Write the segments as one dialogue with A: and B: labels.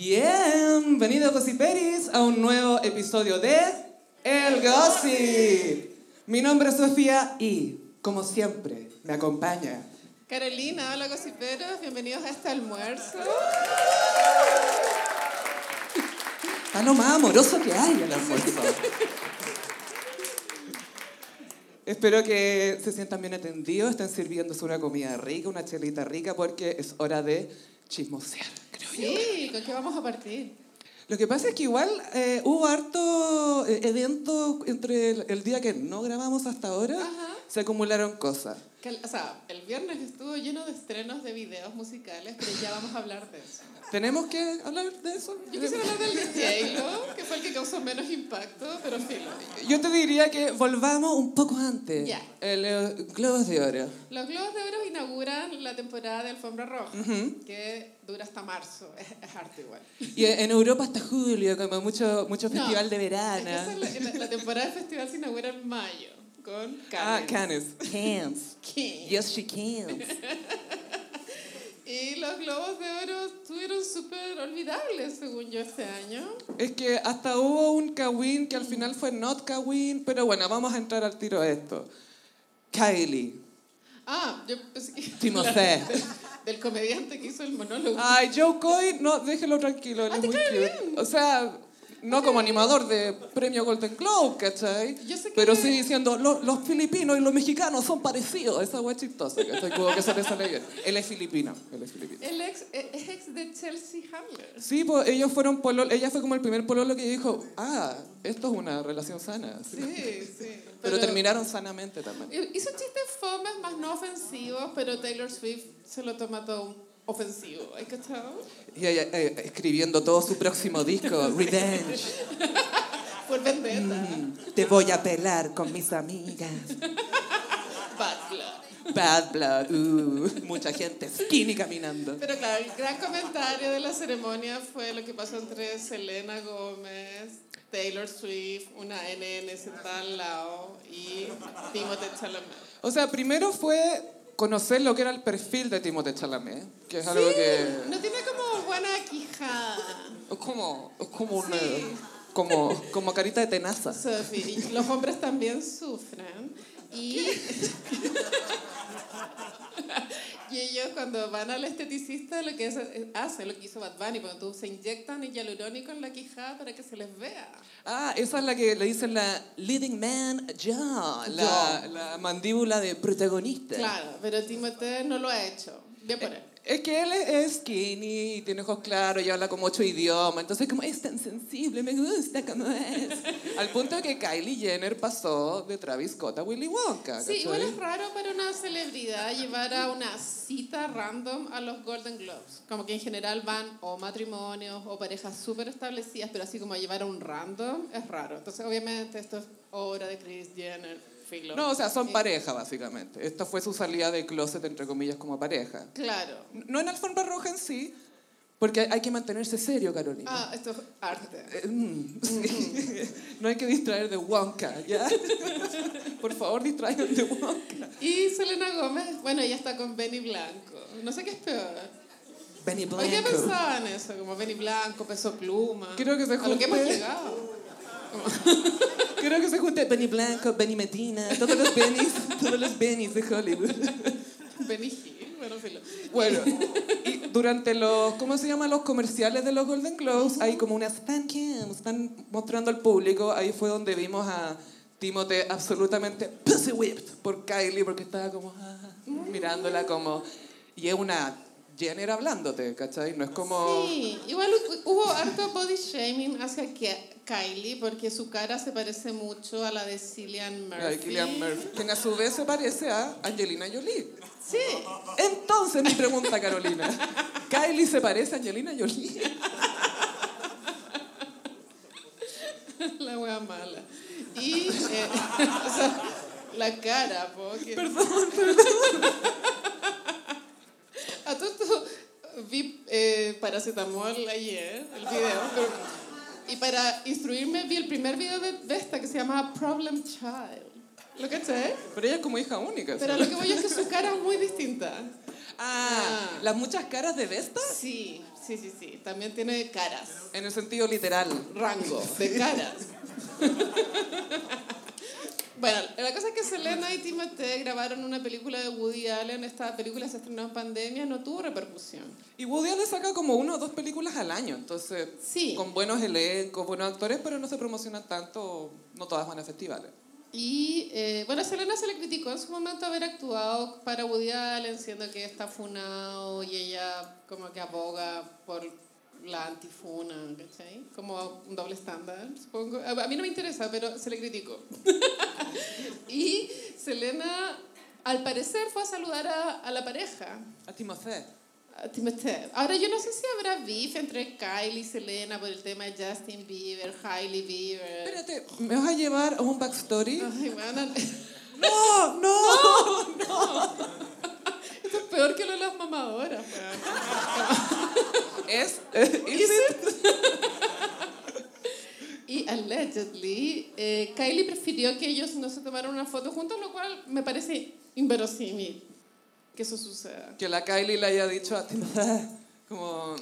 A: Bienvenidos Gossiperis a un nuevo episodio de El Gossip. Mi nombre es Sofía y, como siempre, me acompaña.
B: Carolina, hola gossiperos, bienvenidos a este almuerzo.
A: Está lo más amoroso que hay el almuerzo. Espero que se sientan bien atendidos, estén sirviéndose una comida rica, una chelita rica, porque es hora de chismosear, creo yo.
B: Sí, ¿con qué vamos a partir?
A: Lo que pasa es que igual eh, hubo harto eh, evento entre el, el día que no grabamos hasta ahora,
B: Ajá.
A: se acumularon cosas.
B: Que el- o sea, el viernes estuvo lleno de estrenos de videos musicales, pero ya vamos a hablar de eso.
A: ¿Tenemos que hablar de eso?
B: Yo quisiera hablar del de J-Lo, que fue el que causó menos impacto, pero filo.
A: Yo te diría que volvamos un poco antes.
B: Ya.
A: El eh, Globos de Oro.
B: Los Globos de Oro inauguran la temporada de Alfombra Roja, que dura hasta marzo, es, es harto igual.
A: Y eh, en Europa hasta julio, como mucho, mucho
B: No,
A: festival de
B: Es que
A: verano.
B: esa es la, la temporada de festival se inaugura en mayo, con
A: Ah,
B: Cannes.
A: Cannes. Cannes.
B: Cannes.
A: Yes, she can.
B: Y los Globos de Oro estuvieron súper olvidables, según yo, este año.
A: Es que hasta hubo un Kawin que al final fue not Kawin, pero bueno, vamos a entrar al tiro a esto. Kylie.
B: Ah, yo pensé que...
A: Timothée.
B: Del, del comediante que hizo el monólogo.
A: Ay, Joe Coy, no, déjelo tranquilo, él es muy cute. O sea, no como animador de premio Golden Globe, ¿cachai?
B: Yo sé que-
A: Pero sí diciendo, "Lo- los, filipinos y los mexicanos son parecidos. Esa wea chistosa, ¿cachai? Como que se le sale bien. Él es filipino, él es filipino.
B: El ex, e- es ex de Chelsea Handler.
A: Sí, pues ellos fueron pololo, ella fue como el primer pololo que dijo, ah, esto es una relación sana. sí.
B: Sí, sí.
A: Pero terminaron sanamente también.
B: Hizo chistes fomes más no ofensivos, pero Taylor Swift se lo toma todo ofensivo. ¿Hay cachado?
A: Y ella eh, escribiendo todo su próximo disco, Revenge,
B: Por vendetta.
A: te voy a pelar con mis amigas.
B: Bad blood.
A: Bad blood, uh, mucha gente skinny caminando.
B: Pero claro, el gran comentario de la ceremonia fue lo que pasó entre Selena Gómez, Taylor Swift, una NNS tan lao y Timothée Chalamet.
A: O sea, primero fue conocer lo que era el perfil de Timothée Chalamet, que es algo que
B: No tiene como buena quijada,
A: es como es como una-
B: Sí.
A: como como carita de tenaza.
B: Sophie. Y Los hombres también sufren. Y, y ellos cuando van al esteticista lo que hace- hacen, lo que hizo Bad Bunny, cuando tú se inyectan el hialurónico en la quijada para que se les vea.
A: Ah, esa es la que le dicen la leading man jaw, la, la mandíbula de protagonista.
B: Claro, pero Timothée no lo ha hecho. Bien por él.
A: Es que él es skinny, tiene ojos claros y habla como ocho idiomas. Entonces, como es tan sensible, me gusta como es. Al punto de que Kylie Jenner pasó de Travis Scott a Willy Wonka.
B: Sí,
A: ¿cachai?
B: igual es raro para una celebridad llevar a una cita random a los Golden Globes. Como que en general van o matrimonios o parejas súper establecidas, pero así como a llevar a un random es raro. Entonces, obviamente, esto es obra de Chris Jenner, filo.
A: No, o sea, son
B: Eh,
A: pareja, básicamente. Esta fue su salida de closet, entre comillas, como pareja.
B: Claro.
A: No en alfombra roja en sí, porque hay- hay que mantenerse serio, Carolina.
B: Ah, esto es arte.
A: Eh, mm, sí. No hay que distraer de Wonka, ¿ya? Por favor, distraigan de Wonka.
B: Y Selena Gómez, bueno, ella está con Benny Blanco. No sé qué es peor.
A: Benny
B: ¿Por qué
A: Blanco.
B: pensaban eso? Como Benny Blanco, peso pluma.
A: Creo que se
B: A lo que hemos
A: junte.
B: llegado.
A: Creo que se junte Benny Blanco, Benny Medina, todos los Bennys, todos los Bennys de Hollywood.
B: Benny Hill, bueno, filo.
A: Bueno, y durante los, ¿cómo se llama? Los comerciales de los Golden Globes, hay como unas fan cams, están mostrando al público. Ahí fue donde vimos a Timote absolutamente pussy whipped por Kylie, porque estaba como ah, mirándola como. Y es una Jenner hablándote, ¿cachai? No es como.
B: Sí, igual hu- hubo harto body shaming hacia Ke- Kylie porque su cara se parece mucho a la de Cillian Murphy.
A: la de Cillian Murphy, quien a su vez se parece a Angelina Jolie.
B: Sí,
A: Entonces, mi pregunta, Carolina. ¿Kylie se parece a Angelina Jolie?
B: la wea mala. Y eh, o sea, la cara, porque... Perdón, A todo esto, vi eh, Paracetamol ayer, el video, pero- y para instruirme vi el primer video de, de esta que se llama Problem Child. ¿Lo caché?
A: Pero ella es como hija única.
B: Pero a
A: ¿sí?
B: lo que voy es que su cara es muy distinta.
A: Ah,
B: Ah.
A: las muchas caras de Vesta
B: Sí, sí, sí, sí. También tiene caras.
A: en el sentido literal.
B: Rango de caras. Bueno, la cosa es que Selena y Timothée grabaron una película de Woody Allen. Esta película se estrenó en pandemia, no tuvo repercusión.
A: Y Woody Allen saca como una o dos películas al año, entonces
B: Sí.
A: con buenos elencos, buenos actores, pero no se promocionan tanto, no todas van a festivales.
B: Y eh, bueno, a Selena se le criticó en su momento haber actuado para Woody Allen, siendo que está funado y ella como que aboga por la antifuna, ¿cachai? Como un doble estándar, supongo. A a mí no me interesa, pero se le criticó. y Selena, al parecer, fue a saludar a, a la pareja.
A: A Timothée.
B: a Timothée. Ahora, yo no sé si habrá beef entre Kylie y Selena por el tema de Justin Bieber, Hailey Bieber.
A: Espérate, ¿me vas a llevar a un backstory?
B: Ay, weona.
A: ¡No, no!
B: Esto es peor que lo de las mamadoras, weón.
A: Es, is it?
B: Y allegedly, eh, Kylie prefirió que ellos no se tomaran una foto juntos, lo cual me parece inverosímil que eso suceda.
A: Que la Kylie le haya dicho a Timothée, como...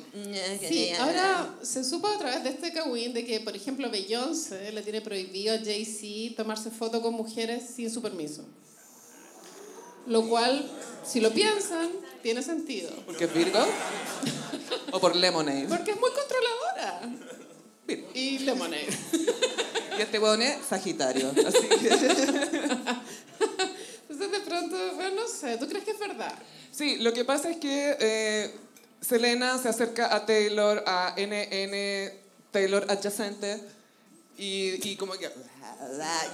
B: Sí, ahora se supo a través de este cagüín de que, por ejemplo, Beyoncé le tiene prohibido a Jay-Z tomarse foto con mujeres sin su permiso. Lo cual, si lo piensan, tiene sentido.
A: ¿Porque es Virgo? ¿O por Lemonade?
B: Porque es muy controladora.
A: Virgo.
B: Y Lemonade.
A: Y este hueón es Sagitario. Así que...
B: Entonces, de pronto, bueno, no sé, ¿tú crees que es verdad?
A: Sí, lo que pasa es que eh, Selena se acerca a Taylor, a NN Taylor adyacente, y, y como que...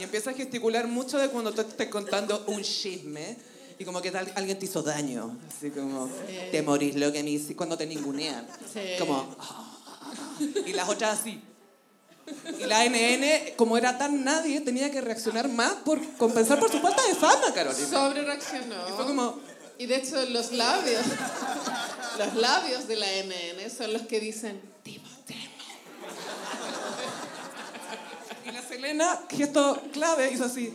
A: Y empieza a gesticular mucho de cuando tú estés contando un chisme. Y como que tal- alguien te hizo daño. Así como, te morís lo que me hice cuando te ningunean.
B: Sí.
A: Como, y las otras así. Y la NN, como era tan nadie, tenía que reaccionar más por compensar por su falta de fama, Carolina.
B: Sobre reaccionó.
A: Y fue como,
B: Y de hecho los labios, los labios de la NN son los que dicen Timothée.
A: Y la Selena, gesto clave, hizo así.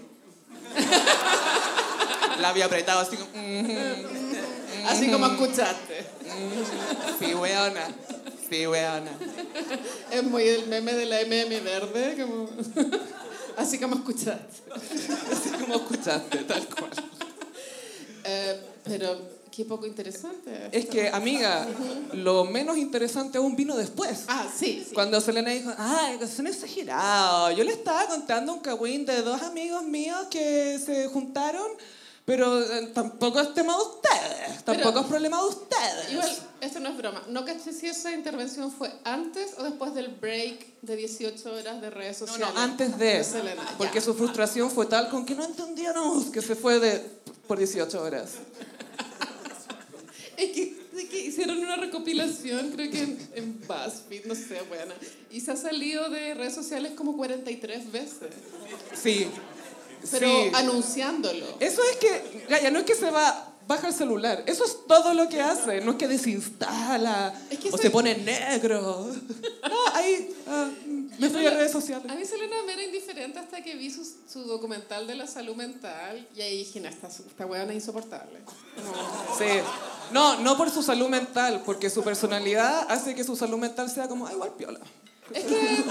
A: La había apretado así como... "Mhm,
B: Así como escuchaste.
A: Sí, weona. Sí, weona.
B: Es muy el meme de la MM verde, como... Así como escuchaste.
A: Así como escuchaste, tal cual.
B: Eh, pero qué poco interesante.
A: Es que, amiga, lo menos interesante aún vino después.
B: Ah, sí. sí.
A: Cuando Selena dijo, ay, que son exagerados. Yo le estaba contando un cagüín de dos amigos míos que se juntaron, pero eh, tampoco es tema de ustedes. Tampoco
B: Pero-
A: es problema de ustedes.
B: Igual, esto no es broma. No caché si esa intervención fue antes o después del break de 18 horas de redes
A: No,
B: sociales.
A: no, antes de.
B: Selena, ya.
A: Porque su frustración fue tal con que no entendíamos que se fue de, por 18 horas.
B: Es que, es que hicieron una recopilación, creo que en, en BuzzFeed, no sé, buena. Y se ha salido de redes sociales como 43 veces.
A: Sí.
B: Pero
A: sí.
B: anunciándolo.
A: Eso es que, ya, no es que se va, baja el celular. Eso es todo lo que hace. No es que desinstala
B: Es que
A: o
B: soy-
A: se pone negro. No, ahí ah, me fui a redes sociales.
B: A mí Selena me era indiferente hasta que vi su, su documental de la salud mental y ahí dije, no, esta, esta weona es insoportable. Como-
A: Sí. No, no por su salud mental, porque su personalidad hace que su salud mental sea como, ah, igual piola.
B: Es que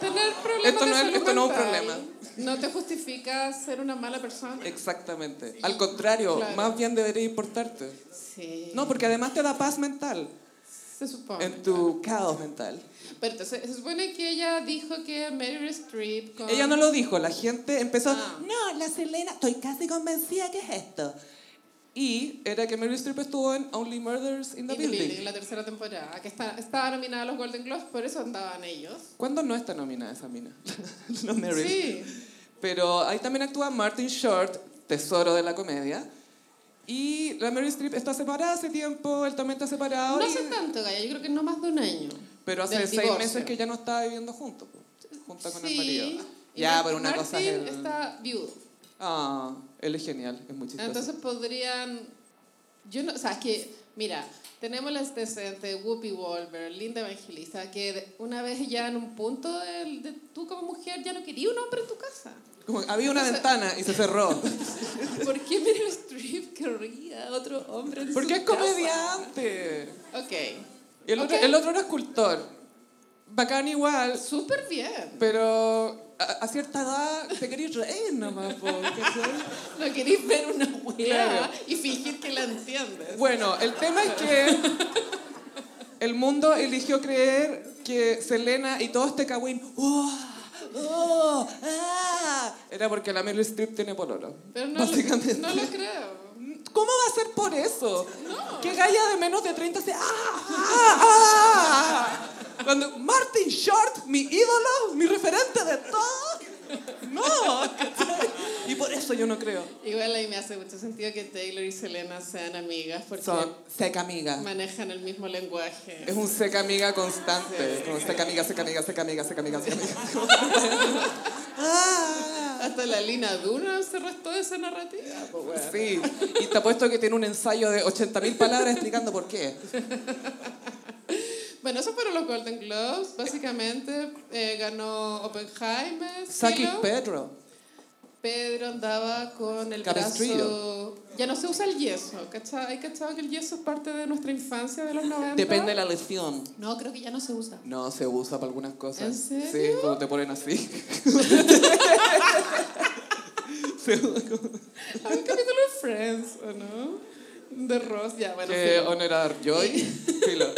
B: tener problemas
A: Esto no
B: de
A: es-
B: salud
A: esto no es un
B: mental
A: problema. Eh,
B: No te justifica ser una mala persona.
A: Exactamente. Al contrario,
B: Claro.
A: más bien debería importarte.
B: Sí.
A: No, porque además te da paz mental
B: se supone.
A: en tu caos mental.
B: Pero entonces, se supone que ella dijo que Meryl Streep con...
A: Ella no lo dijo, la gente empezó,
B: Ah.
A: no, la Selena, estoy casi convencida que es esto. Y era que Meryl Streep estuvo en Only Murders in the,
B: In the
A: Building.
B: Building, la tercera temporada, que está, estaba nominada a los Golden Globes, por eso andaban ellos.
A: ¿Cuándo no está nominada esa mina? no Meryl.
B: Sí,
A: Pero ahí también actúa Martin Short, tesoro de la comedia. Y la Meryl Streep está separada hace tiempo, él también está separado.
B: no
A: y-
B: hace tanto, Gaya, yo creo que no más de un año.
A: pero hace
B: del
A: seis
B: divorcio.
A: meses que ya no está viviendo juntos, junto con el marido.
B: y
A: Ya,
B: Martin-
A: pero una cosa es...
B: Martin
A: el-
B: está viudo,
A: Ah, él es genial, es muy chistoso.
B: entonces podrían... Yo no, o sea, es que, mira, tenemos la antecedente de Whoopi Wolver, Linda Evangelista, que de- una vez ya en un punto del- de, tú como mujer ya no querías un hombre en tu casa.
A: Como que había una ventana y se cerró.
B: ¿Por qué Meryl Streep querría otro hombre en
A: Porque
B: su
A: es comediante.
B: casa. Ok.
A: Y el, otro,
B: Ok.
A: el otro era escultor. Bacán igual,
B: Súper bien.
A: pero a, a cierta edad te querís reír nomás. po, ¿cachai?
B: No queréis ver una hueá
A: Claro.
B: y fingir que la entiendes.
A: Bueno, el tema es que el mundo eligió creer que Selena y todo este cagüín ¡oh! ¡oh! ¡ah! era porque la Meryl Streep tiene pololo.
B: Pero no,
A: básicamente.
B: lo, no lo creo.
A: ¿Cómo va a ser por eso? Que Gaia de menos de 30 se... ¡Ah! ¡Ah! ¡Ah! Cuando Martin Short, mi ídolo, mi referente de todo. No. ¿cachai? Y por eso yo no creo.
B: Igual ahí me hace mucho sentido que Taylor y Selena sean amigas porque
A: Son seca amiga.
B: manejan el mismo lenguaje.
A: Es un seca amiga constante. Como seca amiga, seca amiga, seca amiga, seca amiga, seca amiga. Ah.
B: Hasta la Lina Duna se restó de esa narrativa. po, weón.
A: Sí, y te apuesto que tiene un ensayo de 80.000 palabras explicando por qué.
B: Bueno, eso fueron los Golden Globes. Básicamente eh, ganó Oppenheimer.
A: Saki
B: Silo.
A: Pedro.
B: Pedro andaba con el
A: Cabestrillo.
B: brazo... Ya no se usa el yeso. ¿cachai? ¿Hay cachado que el yeso es parte de nuestra infancia de los 90?
A: Depende de la lesión.
B: No, creo que ya no se usa.
A: No, se usa para algunas cosas.
B: ¿En serio?
A: Sí, como te ponen así. Se usa como-
B: Hay un capítulo de Friends, ¿o no? De Ross, ya, bueno.
A: que
B: filo.
A: honorar Joy. Filo.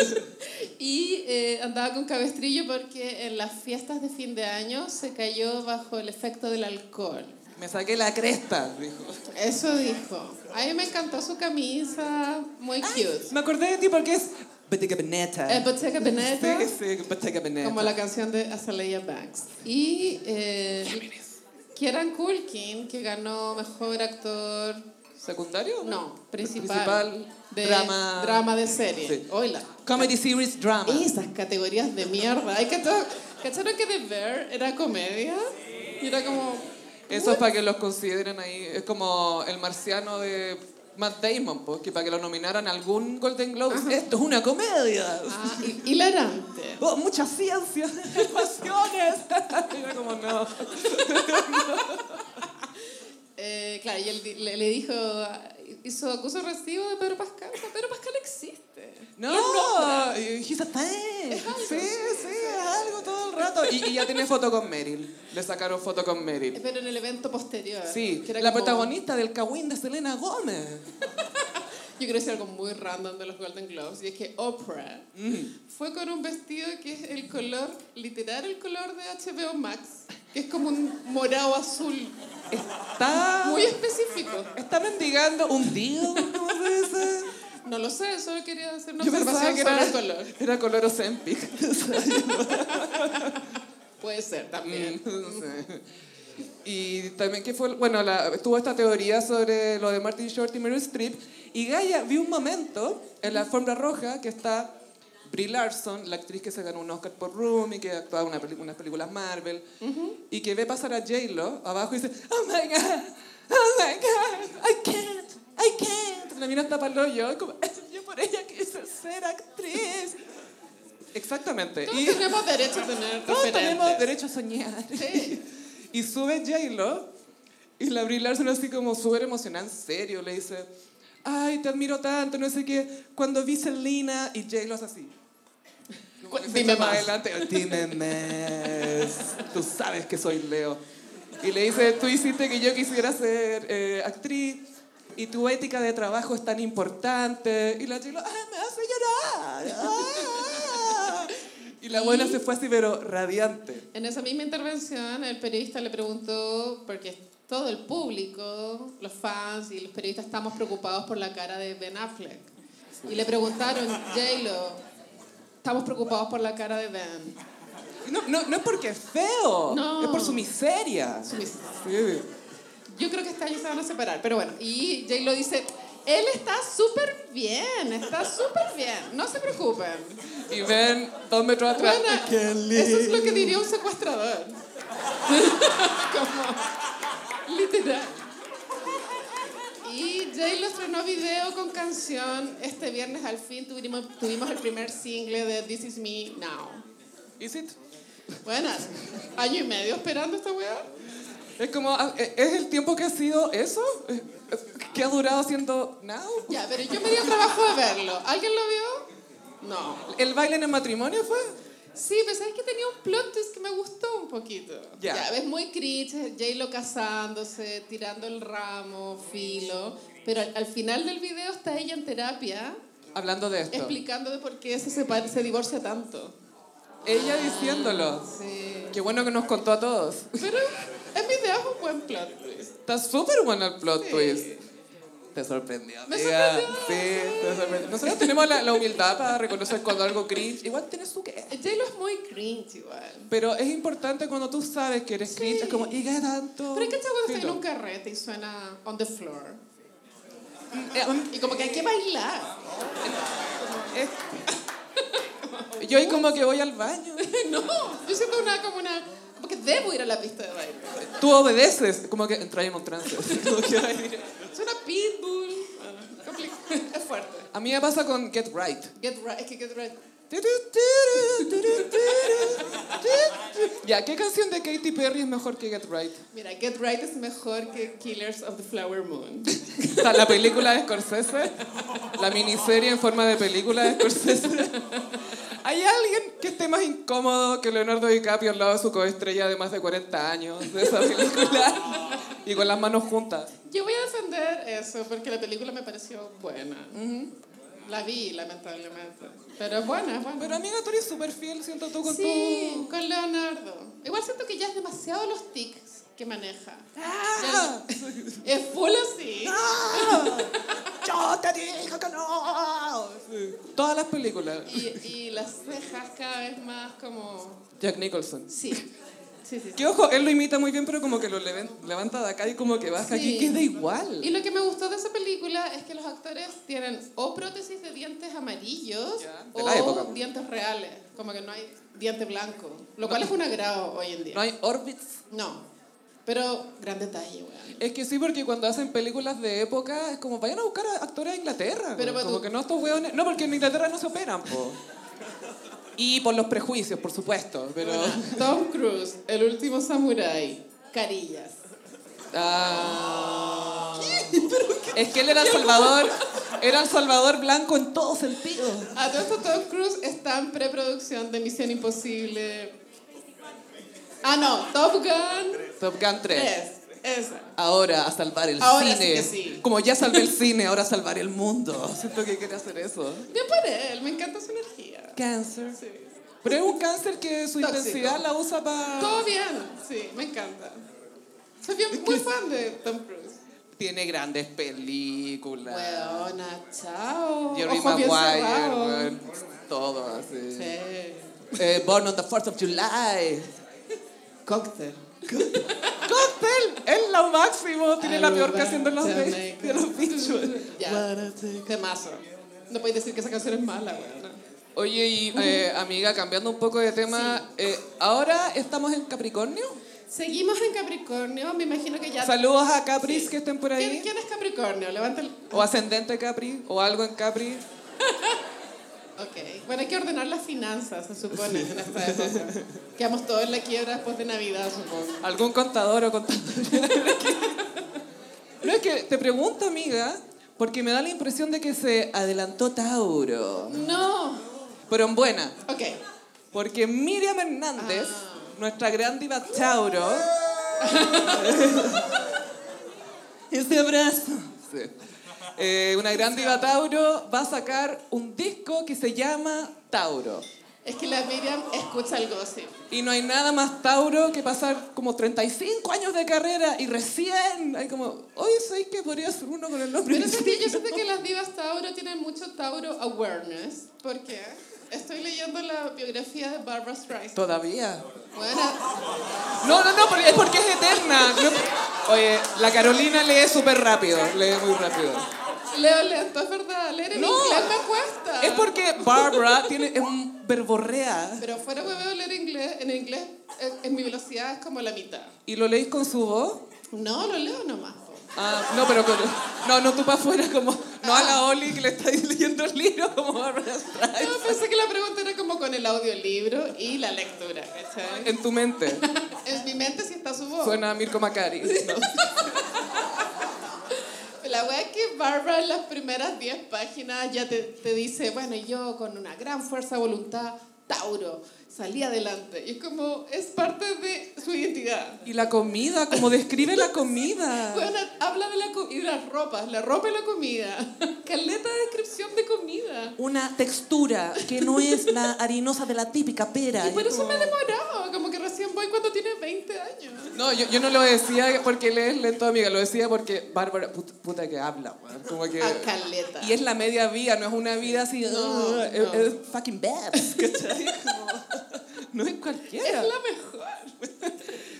B: Y eh, andaba con cabestrillo porque en las fiestas de fin de año se cayó bajo el efecto del alcohol.
A: Me saqué la cresta, dijo.
B: Eso dijo. A mí me encantó su camisa, muy cute.
A: Me acordé de ti porque es Bottega Veneta.
B: Eh, Bottega Veneta,
A: Sí, sí, Bottega Veneta.
B: como la canción de Azalea Banks. Y eh, Kieran Culkin, que ganó mejor actor,
A: ¿Secundario?
B: no, principal,
A: Principal,
B: de
A: drama.
B: drama de serie.
A: Sí.
B: Oila.
A: Comedy series drama.
B: Esas categorías de mierda. Hay que to- ¿Cacharon que The Bear era comedia? Y era como.
A: Eso es para que los consideren ahí. Es como el marciano de Matt Damon, pues, que para que lo nominaran a algún Golden Globes. Esto es una comedia.
B: Ah, hi- hilarante.
A: Oh, mucha ciencia, emociones. Era como no.
B: Eh, claro, y él di- le, le dijo. Hizo acuso recibo de Pedro Pascal. O sea, Pedro Pascal existe.
A: No, he's a thing. Sí, sí, es algo todo el rato. Y, y ya tiene foto con Meryl. Le sacaron foto con Meryl.
B: Eh, Pero en el evento posterior.
A: Sí,
B: que era
A: la
B: como-
A: protagonista del Cawin de Selena Gómez.
B: Yo quiero decir algo muy random de los Golden Globes. Y es que Oprah
A: Mm.
B: fue con un vestido que es el color, literal, el color de HBO Max. Que es como un morado azul.
A: Está,
B: Muy específico.
A: está mendigando un deal, ¿cómo se dice?
B: No lo sé, solo quería hacer una
A: Yo pensaba
B: observación
A: que
B: sobre
A: era,
B: el color.
A: era color Ozempic.
B: Puede ser también.
A: Mm, no sé. Y también que fue, bueno, la, estuvo esta teoría sobre lo de Martin Short y Meryl Streep. Y Gaia vi un momento en la alfombra roja que está Brie Larson, la actriz que se ganó un Oscar por Room y que actúa en una peli- unas películas Marvel, y que ve pasar a J-Lo abajo y dice, oh my God, oh my God, I can't, I can't. La mina está para el hoyo, como, yo por ella quise ser actriz. Exactamente.
B: Todos
A: Y-
B: tenemos derecho a tener
A: todos tenemos
B: referentes.
A: derecho a soñar.
B: Sí.
A: Y sube J-Lo y la Brie Larson así como súper emocionada, en serio, le dice, ay, te admiro tanto, no sé qué. Cuando vi Selena y J-Lo es así. Como que se
B: Pues, Dime
A: echa para
B: más.
A: Adelante. "Oh, Dime más. Tú sabes que soy Leo. Y le dice, tú hiciste que yo quisiera ser eh, actriz y tu ética de trabajo es tan importante. Y la J-Lo, ay, me hace llorar. ah". Y la buena se fue así, pero radiante.
B: En esa misma intervención, el periodista le preguntó, porque todo el público, los fans y los periodistas estamos preocupados por la cara de Ben Affleck. Y le preguntaron, J-Lo, estamos preocupados por la cara de Ben.
A: No, no, no es porque es feo,
B: No.
A: es por su miseria.
B: Su mis-
A: Sí.
B: Yo creo que este año se van a separar, pero bueno. Y J-Lo dice, él está súper bien, está súper bien, no se preocupen.
A: Y ven dos metros atrás.
B: Bueno,
A: Ay, qué
B: Eso es
A: lindo.
B: lo que diría un secuestrador. Como, literal. Y J-Lo estrenó video con canción. Este viernes al fin tuvimos, tuvimos el primer single de This Is Me Now.
A: Is it?
B: Buenas. Año y medio esperando esta weá.
A: Es como, ah, eh, ¿es el tiempo que ha sido eso? Eh, eh, ¿Que ha durado siendo now?
B: Ya, pero yo me di el trabajo de verlo. ¿Alguien lo vio? No.
A: ¿El baile en el matrimonio fue?
B: Sí, pero sabes que tenía un plot twist que me gustó un poquito.
A: Ya.
B: Ya, es muy cringe, J-Lo casándose, tirando el ramo, filo. Pero al, al final del video está ella en terapia
A: Hablando de esto.
B: explicando de por qué se, separa, se divorcia tanto.
A: Ella diciéndolo.
B: Sí.
A: Qué bueno que nos contó a todos.
B: Pero el video es un buen plot twist.
A: Está súper bueno el plot
B: Sí.
A: twist. Te sorprendió.
B: Me
A: amiga.
B: sorprendió,
A: Sí, te sorprendió. Nosotros tenemos la, la humildad para reconocer cuando algo cringe. Igual tienes su qué.
B: J-Lo es muy cringe igual.
A: Pero es importante cuando tú sabes que eres cringe. Es como, ¿y qué tanto?
B: Pero es que esta cuando está en
A: Filo.
B: un carrete y suena on the floor.
A: Eh, um,
B: Y como que hay que bailar.
A: Eh, Yo ahí como que voy al baño.
B: No, yo siento una como una... Como que debo ir a la pista de baile.
A: Tú obedeces. Como que entras en un trance. Como que vas directo.
B: Suena pitbull. Ah, compli- Es fuerte.
A: a mí me pasa con Get Right.
B: Get right, es que get right.
A: Ya, ¿qué canción de Katy Perry es mejor que Get Right?
B: Mira, Get Right es mejor que Killers of the Flower Moon.
A: Está la película de Scorsese, la miniserie en forma de película de Scorsese. ¿Hay alguien que esté más incómodo que Leonardo DiCaprio al lado de su coestrella de más de 40 años de esa película? Y con las manos juntas.
B: Yo voy a defender eso porque la película me pareció buena. La vi, lamentablemente. Pero es buena, es buena.
A: Pero amiga, tú eres súper fiel, siento tú con
B: sí, con Leonardo. Igual siento que ya es demasiado los tics que maneja.
A: ¡Ah!
B: Es full así.
A: ¡Yo te dije que no! Sí, Todas las películas.
B: Y, y las cejas cada vez más como...
A: Jack Nicholson.
B: Sí. Sí, sí, sí.
A: Que ojo, él lo imita muy bien, pero como que lo leven- levanta de acá y como que baja aquí,
B: Sí.
A: queda igual.
B: Y lo que me gustó de esa película es que los actores tienen o prótesis de dientes amarillos
A: Ya. De
B: o
A: la época. pues.
B: dientes reales. Como que no hay diente blanco. Lo cual es un agrado hoy en día.
A: No hay orbits.
B: No, pero gran detalle, weón.
A: Es que sí, porque cuando hacen películas de época, es como, vayan a buscar a actores de Inglaterra.
B: Pero,
A: como
B: pero tú-
A: que no estos hueones... No, porque en Inglaterra no se operan, po. Y por los prejuicios, por supuesto, pero...
B: Bueno, Tom Cruise, el último samurái, carillas.
A: Ah. Es que él era el Salvador, era el Salvador blanco en todo sentido.
B: A todo esto Tom Cruise está en preproducción de Misión Imposible. Ah, no, Top Gun
A: Top Gun 3.
B: 3. Esa.
A: Ahora a salvar el
B: Eh. Ahora sí
A: cine.
B: que sí.
A: Como ya salvé el cine, ahora a salvar el mundo. Siento que quiere hacer eso.
B: Bien por él, me encanta su energía.
A: Cáncer.
B: Sí.
A: Pero es un cáncer que su
B: Tóxico.
A: intensidad la usa para...
B: Todo bien, sí, me encanta. Soy bien, muy fan de Tom Cruise.
A: Tiene grandes películas.
B: Buena, chao.
A: Jerry
B: Ojos bien
A: Maguire,
B: cerrados.
A: weón. todo así.
B: Sí.
A: Eh, Born on the 4th of July.
B: Cóctel.
A: Cóctel, es lo máximo. Tiene la peor que haciendo los,
B: Jamaica.
A: de, de los visuals.
B: Ya. Temazo. No podéis decir que esa canción es mala, weón.
A: Oye, y eh, amiga, cambiando un poco de tema, eh, ahora estamos en Capricornio.
B: Seguimos en Capricornio, me imagino que ya...
A: Saludos a Capris que estén por
B: ¿Quién,
A: ahí.
B: quién es Capricornio? Levanta el...
A: O ascendente Capri, o algo en Capri.
B: Ok. Bueno, hay que ordenar las finanzas, se supone, en esta época. Quedamos todos en la quiebra después de Navidad, supongo.
A: Algún contador o contadora. no, es que te pregunto, amiga, porque me da la impresión de que se adelantó Tauro.
B: No.
A: Pero en buena,
B: Ok.
A: porque Miriam Hernández,
B: Ah.
A: nuestra gran diva Tauro, ese abrazo. Sí. Eh, una gran diva Tauro va a sacar un disco que se llama Tauro.
B: Es que la Miriam escucha el gossip.
A: Y no hay nada más Tauro que pasar como 35 años de carrera y recién hay como, hoy sé que podría ser uno con el nombre.
B: Pero
A: de-
B: es que yo siento que las divas Tauro tienen mucho Tauro awareness, porque estoy leyendo la biografía de Barbara Streisand.
A: Todavía.
B: Bueno,
A: No, no, no, porque- es porque es eterna. No- Oye, la Carolina lee súper rápido, lee muy rápido.
B: Leo lento, es verdad. Leer en
A: No.
B: inglés me cuesta.
A: Es porque Barbara tiene, es un verborrea
B: Pero fuera hueveo leer inglés, en inglés eh, en mi velocidad es como la mitad.
A: y lo leís con su voz.
B: No, lo leo nomás. po.
A: Ah, no, pero con, no, no tú para afuera como, no a la Oli que le estáis leyendo el libro como Barbara Streisand.
B: No, pensé que la pregunta era como con el el audiolibro y la lectura, ¿cachai?
A: En tu mente.
B: En mi mente sí está su voz.
A: Suena a Mirko Macari. ¿no?
B: La wea es que Barbara en las primeras 10 páginas ya te, te dice, bueno, yo con una gran fuerza de voluntad, Tauro, salí adelante. Y es como, es parte de su identidad.
A: Y la comida, como describe la comida.
B: Bueno, habla de la co- y de las ropas, la ropa y la comida. Caleta de descripción de comida.
C: Una textura que no es la harinosa de la típica pera.
B: Y por eso me he demorado, como que recién voy cuando tiene 20 años.
A: No, yo, yo no lo decía porque lees lento, amiga, lo decía porque Bárbara, put- puta, que habla, weón. Como que.
B: A caleta.
A: Y es la media vía, no es una vida así.
B: No,
A: "Ugh", eh, es-
B: no.
A: es-
C: Fucking babs.
A: no es cualquiera.
B: la mejor.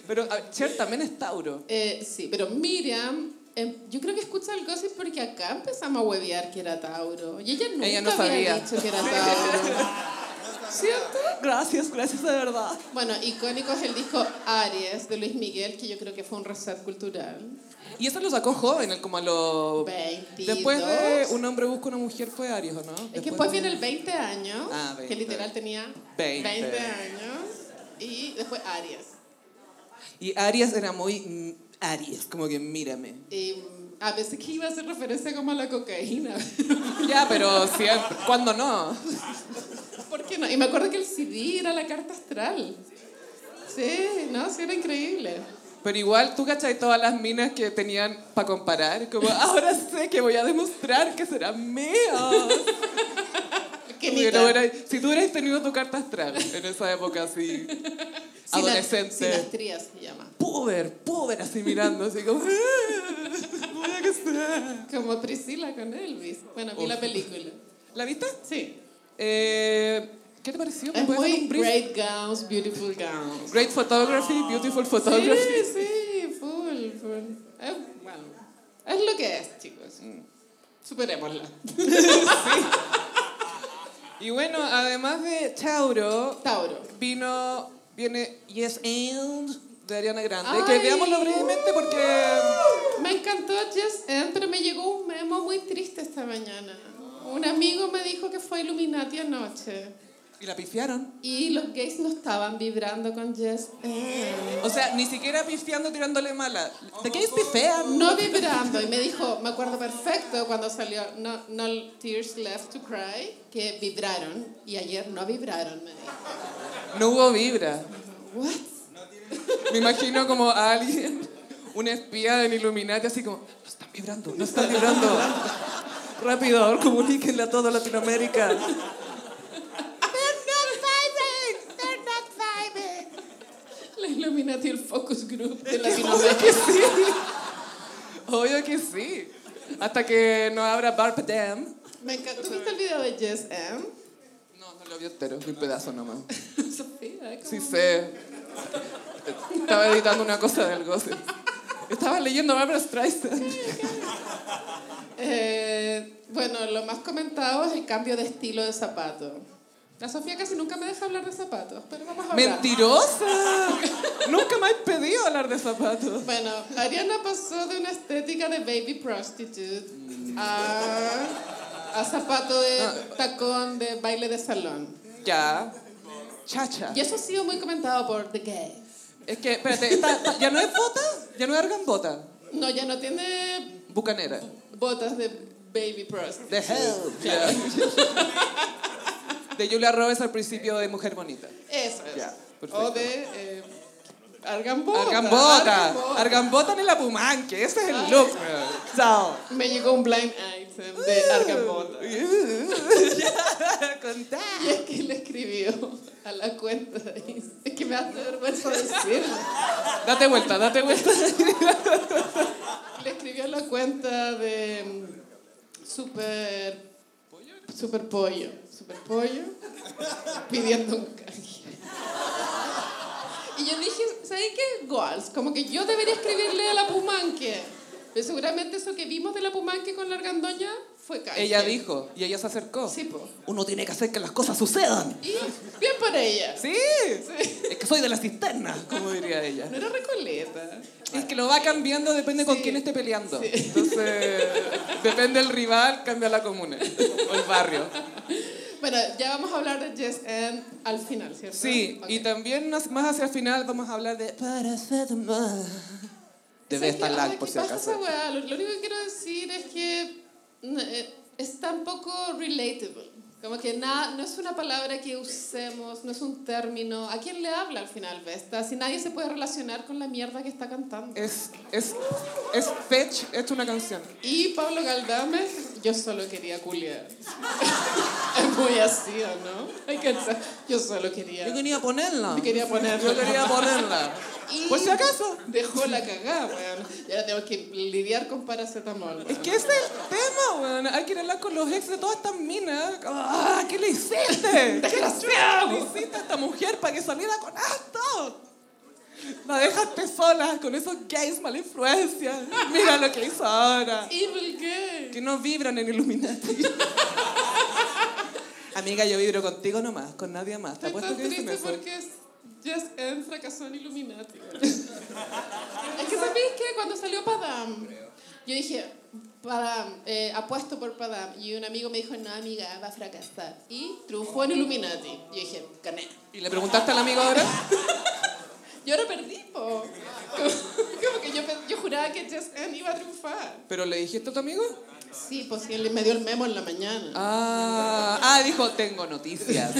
A: Pero a- Cher también es Tauro.
B: Eh, sí, pero Miriam, eh, yo creo que escucha el gossip porque acá empezamos a huevear que era Tauro. Y ella nunca
A: Ella no
B: había
A: sabía.
B: dicho que era Tauro. ¿Cierto?
C: Gracias, gracias de verdad.
B: Bueno, icónico es el disco Aries de Luis Miguel, que yo creo que fue un reset cultural.
A: Y eso lo sacó joven, como a los.
B: 22.
A: Después de Un hombre busca una mujer fue Aries, ¿o no?
B: Es que después viene el 20 años,
A: Ah, 20.
B: que literal tenía
A: 20.
B: 20 años. Y después Aries.
A: Y Aries era muy. mm, Aries, como que mírame.
B: Y mm, a veces que iba a hacer referencia como a la cocaína.
A: Ya, pero siempre. ¿Cuándo no?
B: ¿Por qué no? Y me acuerdo que el CD era la carta astral. Sí, no, sí, era increíble.
A: Pero igual, tú cachai todas las minas que tenían para comparar. Como, ahora sé que voy a demostrar que serán mías.
B: Qué
A: Como que no hubierais- si tú hubieras tenido tu carta astral en esa época así, adolescente.
B: Sinastría se llama.
A: Pover, pover, así mirando, así como... "Ah, voy a que sea".
B: Como Priscila con Elvis. Bueno, vi
A: Uf.
B: la película.
A: ¿La viste?
B: Sí.
A: Eh, ¿Qué te pareció? ¿Me
B: Es
A: puedes dar
B: muy
A: un brief? Great.
B: great gowns, beautiful gowns.
A: photography, beautiful photography.
B: Sí, sí, full, full. Es, bueno, es lo que es, chicos. Mm. Superémosla.
A: Y bueno, además de Tauro,
B: Tauro.
A: vino, viene Yes And de Ariana Grande,
B: Ay.
A: que veámoslo brevemente porque...
B: Me encantó Just End, pero me llegó un memo muy triste esta mañana. Un amigo me dijo que fue Illuminati anoche.
A: Y la pifiaron.
B: Y los gays no estaban vibrando con Just End.
A: O sea, ni siquiera pifiando, tirándole mala. ¿De qué es pifea?
B: No vibrando. Y me dijo, me acuerdo perfecto cuando salió No, no Tears Left to Cry, que vibraron. Y ayer no vibraron, me dijo.
A: No hubo vibra.
B: ¿What?
A: Me imagino como a alguien, un espía del Illuminati, así como, no están vibrando, no están vibrando. Rápido, comuníquenle a toda Latinoamérica.
B: La Illuminati, el focus group de Latinoamérica.
A: Obvio que sí. Hasta que no abra Barb Dam.
B: Me encantó. ¿Tú viste el video de Just End?
A: No, no lo vio entero, vi un pedazo nomás.
B: Sofía, es
A: Sí
B: como-
A: sé. Estaba editando una cosa del gossip. Estaba leyendo Barbara Streisand.
B: Eh, bueno, lo más comentado es el cambio de estilo de zapato. La Sofía casi nunca me deja hablar de zapatos, pero vamos a hablar.
A: ¡Mentirosa! Nunca me has pedido hablar de zapatos.
B: Bueno, Ariana pasó de una estética de baby prostitute a, a zapato de tacón de baile de salón.
A: Ya. Chacha.
B: Y eso ha sido muy comentado por The Gays.
A: Es que, espérate, esta- esta- ¿ya no es bota? ¿Ya no es argambota?
B: No, ya no tiene
A: Bucanera.
B: botas de baby prostitute.
A: The Hell. De Julia Roberts al principio de Mujer Bonita.
B: Eso es.
A: Ya, perfecto.
B: o de eh, Argambota.
A: Argambota.
B: Argambota.
A: Argambota en el apumanque. Ese es el look. weón. Chao.
B: Me llegó un blind item de Argambota.
A: Ya, contá.
B: Y es que le escribió a la cuenta. de Instagram. Es que me hace vergüenza decirlo.
A: Date vuelta, date vuelta.
B: Le escribió a la cuenta de mm, Super. Super Pollo. Super Pollo. Pidiendo un canje. Y yo dije, ¿sabes qué? Goals. Como que yo debería escribirle a la Pumanque. Pero seguramente eso que vimos de la Pumanque con la argandoña fue canje.
A: Ella dijo, y ella se acercó.
B: Sí, po.
C: Uno tiene que hacer que las cosas sucedan.
B: Y bien por ella.
A: Sí.
B: Sí.
C: Es que soy de las cisternas.
A: Como diría ella.
B: No era Recoleta.
A: Es que lo va cambiando, depende con
B: Sí.
A: quién esté peleando.
B: Sí.
A: Entonces, depende del rival, cambia la comuna o el barrio.
B: Bueno, ya vamos a hablar de Jess Ann al final, ¿cierto?
A: Sí,
B: Ok.
A: y también más más hacia el final vamos a hablar de Para ser más. Debe
B: ¿Sabes
A: estar
B: qué?
A: lag,
B: Ay,
A: por
B: ¿qué
A: si
B: pasa
A: acaso.
B: esa weá? Lo, lo único que quiero decir es que no, eh, es tan poco relatable. Como que nada, no es una palabra que usemos, no es un término. ¿A quién le habla al final Vesta? Si nadie se puede relacionar con la mierda que está cantando.
A: Es, es, es fetch, es una canción.
B: Y Pablo Galdames, yo solo quería culiar. es muy así, ¿o ¿no? Hay que sa- Yo solo quería.
A: Yo quería ponerla.
B: Yo quería ponerla.
A: Yo quería ponerla.
B: Y
A: Por si acaso.
B: Dejó la cagada, weón. Y ahora tengo que lidiar con paracetamol.
A: Es
B: weón.
A: que ese es el tema, weón. Hay que ir a hablar con los ex de todas estas minas. ¡Ah! ¿Qué le hiciste? ¿Qué le hiciste a esta mujer para que saliera con esto? La dejaste sola con esos gays mala influencia. Mira lo que hizo ahora.
B: Evil gay.
A: Que no vibran en Illuminati. Amiga, yo vibro contigo nomás, con nadie más. Te
B: Estoy
A: apuesto
B: tan
A: que se me
B: triste
A: fue.
B: porque Jess Ann fracasó en Illuminati. es que sabéis que cuando salió Padam, yo dije, Padam, eh, apuesto por Padam. Y un amigo me dijo, no, amiga, va a fracasar. Y triunfó en Illuminati. Yo dije, gané.
A: ¿Y le preguntaste al amigo ahora?
B: Y ahora perdí, po. Como, como que yo, pe- yo juraba que Jess Ann iba a triunfar.
A: ¿Pero le dijiste a tu amigo?
B: Sí, pues sí, él me dio el memo en la mañana.
A: Ah, ah, dijo, tengo noticias.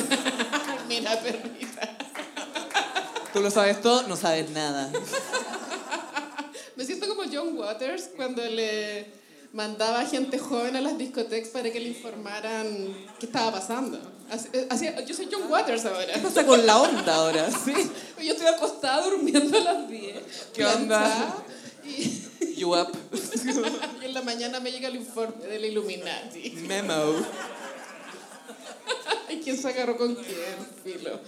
B: Mira, perrita.
A: Tú lo sabes todo, no sabes nada.
B: Me siento como John Waters cuando le mandaba a gente joven a las discotecas para que le informaran qué estaba pasando. Así- eh, así- yo soy John Waters ahora.
A: ¿Qué pasa con la onda ahora? Sí.
B: Yo estoy acostada durmiendo a las 10.
A: ¿Qué onda?
B: planchada, Y,
A: You up.
B: y en la mañana me llega el informe del Illuminati.
A: Memo.
B: Ay, ¿Quién se agarró con quién? Filo.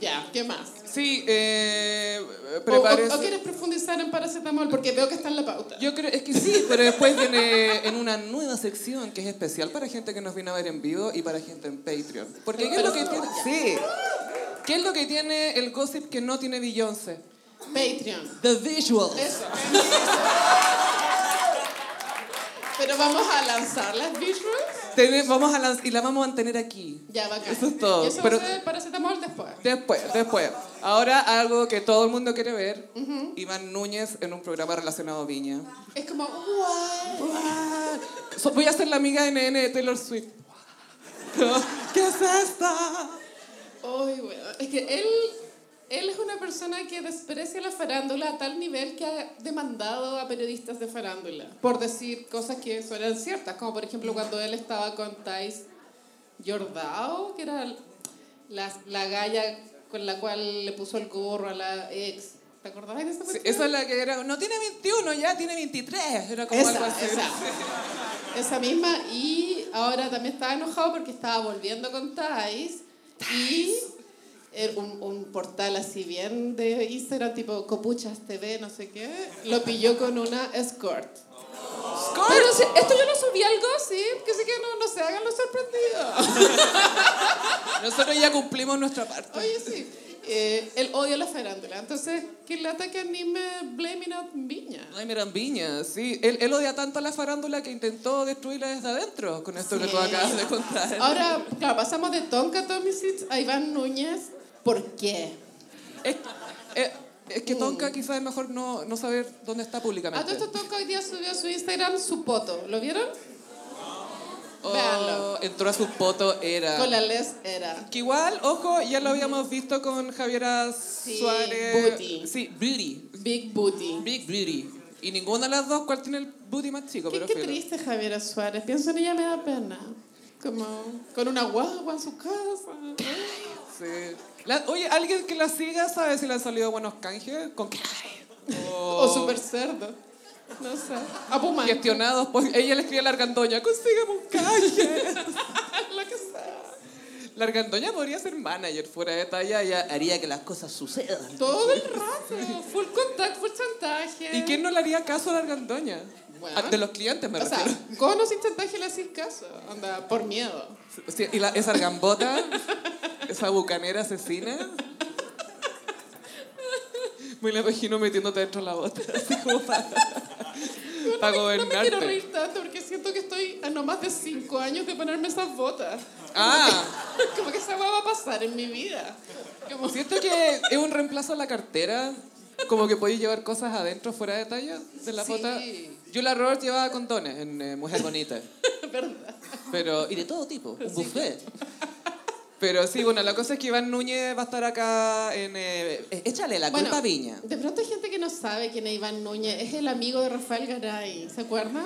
B: Ya, ¿qué más?
A: Sí, eh,
B: O-
A: prepárese.
B: O, o quieres profundizar en paracetamol? Porque veo que está en la pauta.
A: Yo creo, es que sí, pero después viene en una nueva sección que es especial para gente que nos viene a ver en vivo y para gente en Patreon. Porque ¿qué es lo que tiene? Sí. ¿Qué es lo que tiene el gossip que no tiene Beyoncé?
B: Patreon.
A: The visuals.
B: Eso. Pero vamos a lanzar las visuals.
A: Tene- vamos a lanz- y la vamos a mantener aquí.
B: Ya, bacán.
A: Eso es todo,
B: Y eso
A: pero-
B: va a ser paracetamol después.
A: Después, después. Ahora algo que todo el mundo quiere ver. Iván Núñez en un programa relacionado a Viña.
B: Es como, wow.
A: So- voy a ser la amiga NN de Taylor Swift. ¿Qué es esta?
B: Ay, bueno. Es que él, él es una persona que desprecia la farándula a tal nivel que ha demandado a periodistas de farándula por decir cosas que son eran ciertas. Como por ejemplo cuando él estaba con Thais Jordao, que era la, la galla con la cual le puso el gorro a la ex. ¿Te acordabas de esa
A: Sí,
B: cuestión?
A: esa es la que era, no tiene 21 ya, tiene 23. Era como algo así.
B: esa. Esa misma. Y ahora también estaba enojado porque estaba volviendo con Thais. Y era un, un portal así bien de Instagram, tipo Copuchas TV, no sé qué, lo pilló con una escort. Pero si- esto yo lo subí al gossip, que sí que no, no se hagan los sorprendidos.
A: Nosotros ya cumplimos nuestra parte.
B: Oye, sí. Eh, él odia la farándula. Entonces, qué lata que anime Blaming Out Viña.
A: Ay, miran viñas, sí. Él, él odia tanto a la farándula que intentó destruirla desde adentro con esto que tú
B: Sí.
A: acabas de contar.
B: Ahora, claro, pasamos de Tonka Tommy Seeds a Iván Núñez. ¿Por qué?
A: Es, es- es que Tonka quizás es mejor no, no saber dónde está
B: A todo
A: públicamente.
B: esto Tonka Ah, hoy día subió a su Instagram su poto. ¿Lo vieron?
A: Oh,
B: véanlo.
A: entró a su poto, era.
B: Con la Les era.
A: Que igual, ojo, ya lo habíamos visto con Javiera
B: Sí,
A: Suárez.
B: booty.
A: Sí, Beauty.
B: Big Booty.
A: Big Beauty. Y ninguna de las dos, ¿cuál tiene el booty más chico?
B: Qué,
A: Pero
B: qué
A: filo.
B: triste Javiera Suárez. Pienso en ella me da pena. Como con una guagua en su casa.
A: Sí. La- oye, alguien que la siga sabe si le han salido buenos canjes. Con qué? Oh.
B: O super cerdo. No sé. Apumán.
A: Gestionados. Pues, ella le escribe a la argandoña, consígueme un canje.
B: Lo que sea.
A: la argandoña podría ser manager fuera de talla. Ella haría que las cosas sucedan.
B: Todo el rato. Full contact, full chantaje.
A: ¿Y quién no le haría caso a la argandoña?
B: Bueno.
A: Ah, De los clientes me
B: O sea,
A: refiero.
B: con o sin chantaje le haces caso. Anda, por miedo.
A: Sí, y la- esa argambota, esa bucanera asesina. Me la imagino metiéndote dentro de la bota. Así como para...
B: Yo
A: Para
B: no, me, no me quiero
A: gobernarte.
B: reír tanto porque siento que estoy a no más de cinco años de ponerme esas botas.
A: Ah,
B: Como que esa hueá va a pasar en mi vida. Como,
A: siento que es un reemplazo a la cartera. Como que podéis llevar cosas adentro, fuera de talla, de la
B: Sí.
A: bota. Yula Roberts llevaba condones en eh, Mujer Bonita.
B: verdad.
A: Pero, y de todo tipo, un buffet. Pero sí, bueno, la cosa es que Iván Núñez va a estar acá en... eh, eh, échale la culpa a Viña.
B: De pronto hay gente que no sabe quién es Iván Núñez. Es el amigo de Rafael Garay. ¿Se acuerdan?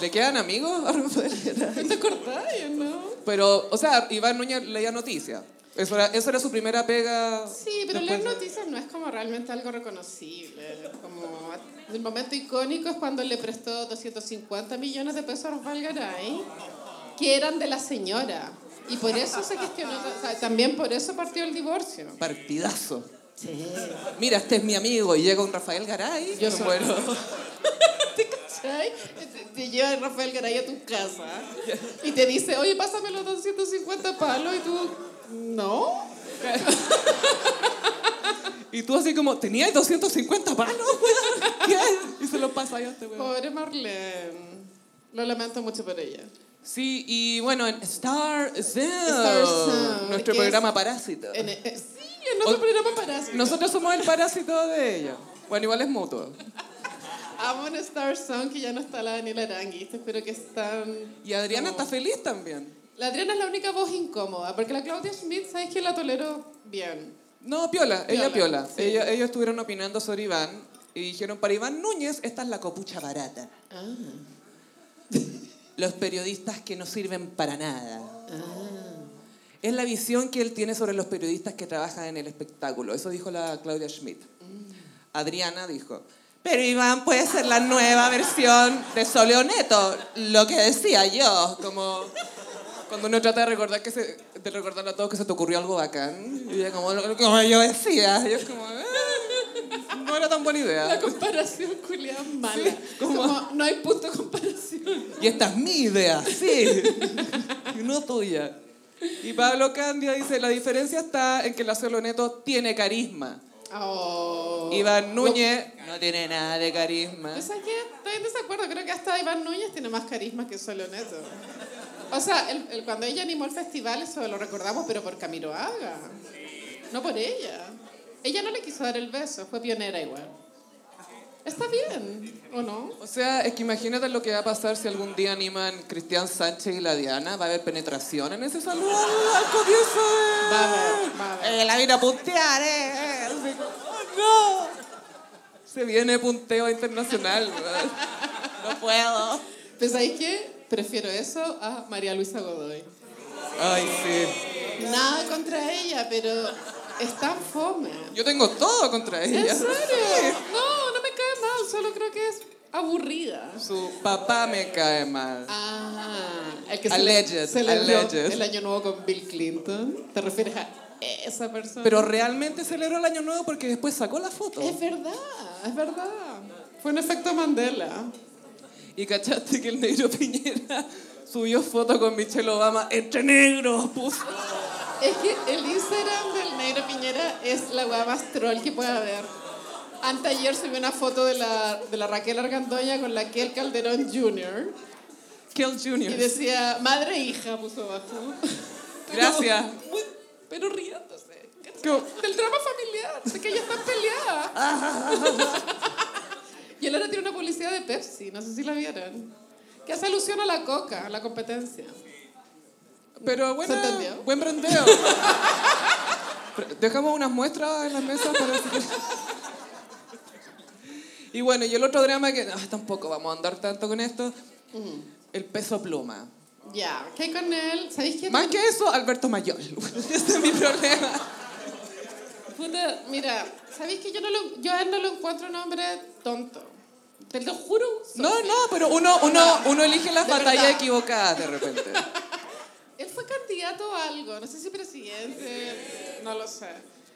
A: ¿Le quedan amigos a Rafael?
B: ¿Te acordás o no?
A: Pero, o sea, Iván Núñez leía noticias. Eso era, eso era su primera pega.
B: Sí, pero
A: después
B: leer
A: de-
B: noticias no es como realmente algo reconocible. Como el momento icónico es cuando le prestó 250 millones de pesos a Rafael Garay, que eran de la señora. Y por eso se cuestionó, o sea, también por eso partió el divorcio.
A: Partidazo.
B: Sí.
A: Mira, este es mi amigo y llega un Rafael Garay.
B: Yo soy-
A: bueno,
B: ¿Te cachai? Te, te lleva el Rafael Garay a tu casa y te dice, oye, pásame los 250 palos y tú, no.
A: Y tú así como, ¿tenías 250 palos, weón? ¿Qué? Y se los pasa yo a este weón.
B: Pobre Marlene. Lo lamento mucho por ella.
A: Sí, y bueno, en Star Zone,
B: Star Zone,
A: nuestro
B: que es-
A: programa parásito.
B: En- eh, sí, en nuestro
A: O-
B: programa Parásito.
A: Nosotros somos el parásito de ella. Bueno, igual es mutuo.
B: Amo en Star Song que ya no está la Daniela Arangui. Te espero que están...
A: Y Adriana
B: como-
A: está feliz también.
B: La Adriana es la única voz incómoda, porque la Claudia Schmidt, ¿sabes que La tolero bien.
A: No, piola, ella
B: Piola,
A: piola.
B: sí.
A: Ella- ellos estuvieron opinando sobre Iván y dijeron, para Iván Núñez, esta es la copucha barata.
B: Ah.
A: Los periodistas que no sirven para nada.
B: Ah.
A: Es la visión que él tiene sobre los periodistas que trabajan en el espectáculo. Eso dijo la Claudia Schmidt. Adriana dijo, pero Iván puede ser la nueva versión de Soleoneto, lo que decía yo, como cuando uno trata de recordar que se, de recordarle a todos que se te ocurrió algo bacán, y ella como, "Lo- como yo decía, y yo como, "Ah, no era tan buena
B: La
A: idea.
B: comparación, Julián, mala.
A: como-
B: Como no hay punto de comparación.
A: Y esta es mi idea, sí, y no tuya. Y Pablo Candia dice, la diferencia está en que la Soleoneto tiene carisma.
B: Oh.
A: Iván Núñez no tiene nada de carisma.
B: Yo sé que estoy en desacuerdo. Creo que hasta Iván Núñez tiene más carisma que solo Neto. O sea, el- el- cuando ella animó el festival, eso lo recordamos, pero por Camiroaga. No por ella. Ella no le quiso dar el beso, fue pionera igual. Está bien, ¿o no?
A: O sea, es que imagínate lo que va a pasar si algún día animan Cristian Sánchez y la Diana. ¿Va a haber penetración en ese saludo al, al comienzo? de-
B: Va a haber, va a haber.
A: Eh, la vino a puntear, eh. eh, así como, "Oh, no! Se viene punteo internacional. weón. no puedo.
B: Pues ¿sabéis qué? Prefiero eso a María Luisa Godoy.
A: Ay, sí.
B: Nada contra ella, pero es tan fome.
A: Yo tengo todo contra
B: ¿En
A: ella.
B: serio? No, no me cae mal, solo creo que es aburrida.
A: Su papá me cae mal.
B: Ah, el que
A: Alleged,
B: se le, se le dio
A: alleged.
B: el año nuevo con Bill Clinton. ¿Te refieres a esa persona?
A: Pero realmente celebró el año nuevo porque después sacó la foto.
B: es verdad, es verdad. Fue un efecto Mandela.
A: Y cachaste que el negro Piñera subió foto con Michelle Obama entre negros, puso.
B: Es que el Instagram del negro Piñera es la weá más troll que puede haber. Anteayer subí una foto de la, de la Raquel Argandoña con la Kel Calderón Jr.
A: Kell
B: Y
A: Jr.
B: decía, madre e hija, puso abajo. Pero-
A: Gracias.
B: muy- pero riéndose. Del drama familiar, de que ya están peleadas. y él ahora tiene una publicidad de Pepsi, no sé si la vieron. Que hace alusión a la coca, a la competencia.
A: Pero bueno,
B: ¿Se entendió?
A: buen brandeo. Dejamos unas muestras en las mesas para Y bueno, y el otro drama que ah, tampoco vamos a andar tanto con esto, el peso pluma.
B: Ya, ¿qué hay con él? ¿Sabéis quién?
A: Más que eso, Alberto Mayor. Ese es mi problema.
B: Puta, mira, ¿sabéis que yo, no lo, yo a él no lo encuentro un hombre tonto? Te lo juro.
A: No, no, pero uno, uno, uno elige las
B: De
A: batallas
B: verdad.
A: equivocadas de repente.
B: Él fue candidato a algo, no sé si presidente, no lo sé.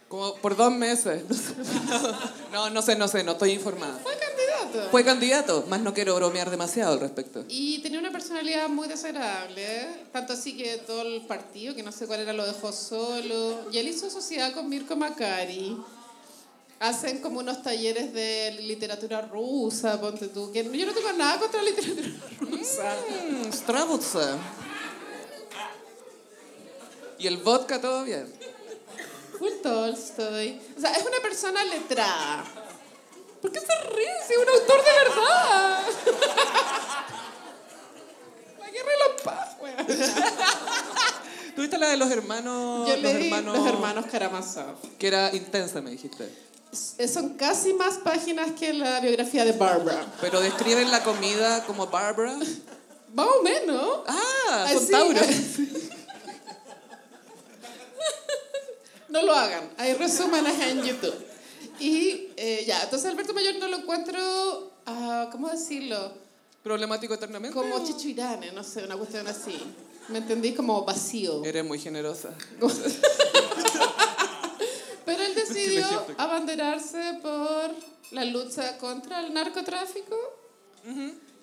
A: Como por dos meses. No, no sé, no sé, no estoy informada.
B: Fue candidato.
A: Fue candidato, más no quiero bromear demasiado al respecto.
B: Y tenía una personalidad muy desagradable, ¿eh? tanto así que todo el partido, que no sé cuál era, lo dejó solo. Y él hizo sociedad con Mirko Macari. Hacen como unos talleres de literatura rusa, ponte tú. Que yo no tengo nada contra la literatura rusa.
A: Mm, Stravutsa. Y el vodka todo bien.
B: Full Tolstoy. O sea, es una persona letrada. ¿Por qué se ríe si es un autor de verdad? La guerra y la paz, weón.
A: ¿Tuviste la de los hermanos?
B: Yo leí Los Hermanos Karamazov.
A: Que era intensa, me dijiste.
B: Eh, Son casi más páginas que la biografía de Barbara.
A: Pero describen la comida como Barbara.
B: Más o menos.
A: Ah,
B: Así,
A: son tauros.
B: así. No lo hagan, hay resúmenes en YouTube. Y eh, ya, entonces Alberto Mayor no lo encuentro, ah, ¿cómo decirlo?
A: Problemático eternamente.
B: Como chichirane, no sé, una cuestión así. ¿Me entendí? Como vacío.
A: Eres muy generosa.
B: Pero él decidió
A: ejemplo.
B: abanderarse por la lucha contra el narcotráfico,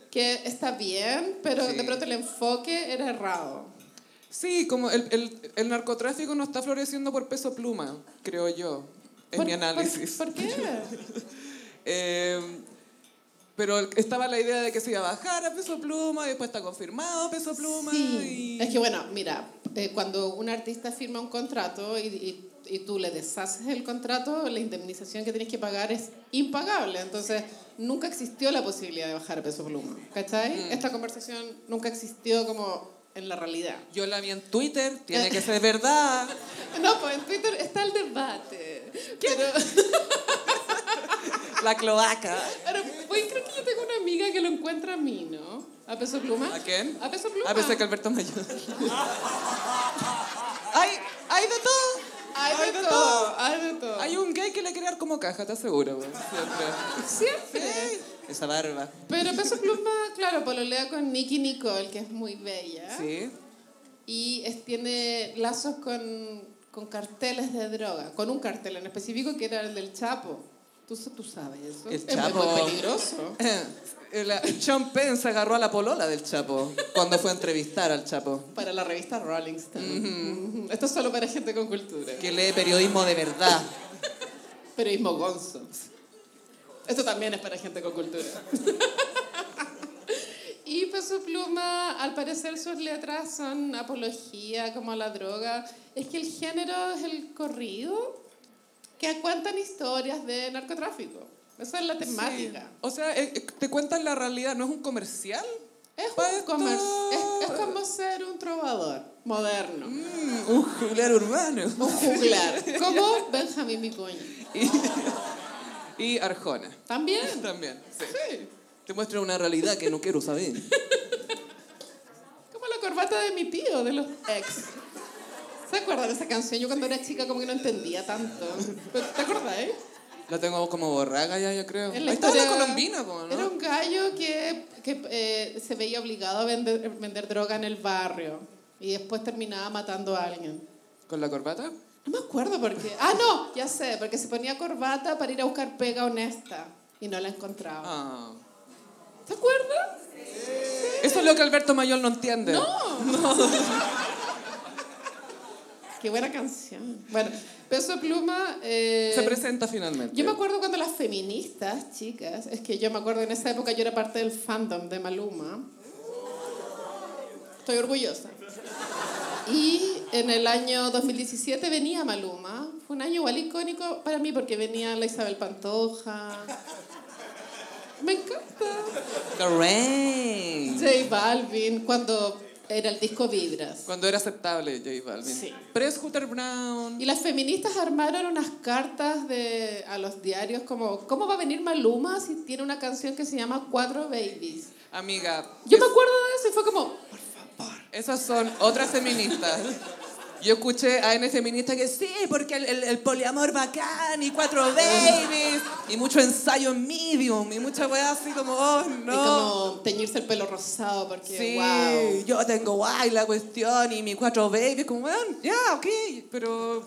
B: que está bien, pero
A: Sí.
B: de pronto el enfoque era errado.
A: Sí, como el, el- el narcotráfico no está floreciendo por peso pluma, creo yo, en
B: ¿Por-
A: mi análisis.
B: ¿Por, por qué?
A: Eh, pero el- estaba la idea de que se iba a bajar a peso pluma, y después está confirmado peso pluma.
B: Sí.
A: y-
B: Es que bueno, mira, eh, cuando un artista firma un contrato y, y- y tú le deshaces el contrato, la indemnización que tienes que pagar es impagable. Entonces, nunca existió la posibilidad de bajar a peso pluma.
A: Mm.
B: ¿Cachai? Esta conversación nunca existió como en la realidad.
A: Yo la vi en Twitter, tiene que ser verdad.
B: No, pues en Twitter está el debate. Pero,
A: La cloaca.
B: pero, pues, creo que yo tengo una amiga que lo encuentra a mí, ¿no? A peso pluma.
A: ¿A quién?
B: A peso pluma.
A: A pesar que Alberto Mayor. hay, hay de todo.
B: Hay de todo, hay de todo.
A: Hay un gay que le quiere dar como caja, te aseguro. güey, Siempre.
B: Siempre.
A: Esa barba.
B: Pero Peso Pluma, claro, pololea con Nicky Nicole, que es muy bella.
A: Sí.
B: Y es- tiene lazos con, con carteles de droga. Con un cartel en específico que era el del Chapo. Tú, sa- tú sabes eso.
A: El
B: Es-
A: Chapo.
B: Es muy peligroso.
A: El, el Sean Penn se agarró a la polola del Chapo cuando fue a entrevistar al Chapo.
B: Para la revista Rolling Stone. Ujú. Esto es solo para gente con cultura.
A: Que lee periodismo de verdad.
B: Periodismo gonzo. Esto también es para gente con cultura. y Peso Pluma, al parecer sus letras son apología como a la droga. Es que el género es el corrido que cuentan historias de narcotráfico. Esa es la temática.
A: Sí. O sea, eh, eh, te cuentan la realidad, no es un comercial.
B: Es,
A: Pa'
B: un comer-
A: esto-
B: es, es como ser un trovador moderno,
A: Mm, un juglar urbano.
B: un juglar, como Benjamín Vicuña.
A: Y Arjona.
B: También.
A: También. sí.
B: Sí.
A: Te muestra una realidad que no quiero saber.
B: Como la corbata de mi tío, de los ex. ¿Se acuerdan de esa canción? Yo cuando era chica como que no entendía tanto. Pero, ¿Te acordás, eh?
A: La tengo como borraga ya, yo creo.
B: En la
A: Ahí está la
B: historia-
A: colombina, po, ¿no?
B: Era un gallo que, que, eh, se veía obligado a vender, vender droga en el barrio y después terminaba matando a alguien.
A: ¿Con la corbata?
B: No me acuerdo por qué. Ah, no, ya sé, porque se ponía corbata para ir a buscar pega honesta y no la encontraba.
A: Ah.
B: ¿Te acuerdas?
A: Eso es lo que Alberto Mayor no entiende.
B: Qué buena canción. Bueno, Peso Pluma... eh,
A: Se presenta finalmente.
B: Yo me acuerdo cuando las feministas, chicas, es que yo me acuerdo en esa época yo era parte del fandom de Maluma. Estoy orgullosa. Y en el año 2017 venía Maluma. Fue un año igual icónico para mí porque venía la Isabel Pantoja. Me encanta.
A: Correct.
B: J Balvin, cuando era el disco Vibras.
A: Cuando era aceptable J Balvin.
B: Sí.
A: Press Hooter Brown.
B: Y las feministas armaron unas cartas de, a los diarios como, ¿cómo va a venir Maluma si tiene una canción que se llama Cuatro Babies?
A: Amiga,
B: Yo me acuerdo de eso y fue como,
A: esas son otras feministas. Yo escuché a N feminista que sí, porque el, el- el poliamor bacán y cuatro babies y mucho ensayo en medium y mucha weá así como, oh
B: y
A: no.
B: como teñirse el pelo rosado porque,
A: Sí,
B: wow.
A: yo tengo guay la cuestión y mis cuatro babies, como, bueno, ya, ok, pero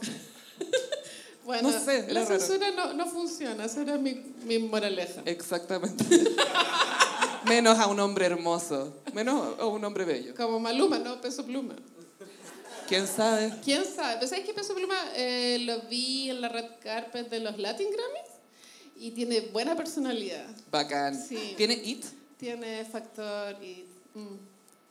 B: Bueno,
A: No sé, era
B: la
A: raro.
B: censura no, no funciona, esa era mi, mi moraleja.
A: Exactamente. Menos a un hombre hermoso. Menos a un hombre bello.
B: Como Maluma, no Peso Pluma. Pues,
A: ¿Quién sabe?
B: ¿Quién sabe? ¿Pero sabes que Peso Pluma eh, lo vi en la red carpet de los Latin Grammys? y tiene buena personalidad.
A: Bacán.
B: Sí.
A: ¿Tiene it?
B: Tiene factor y... mm.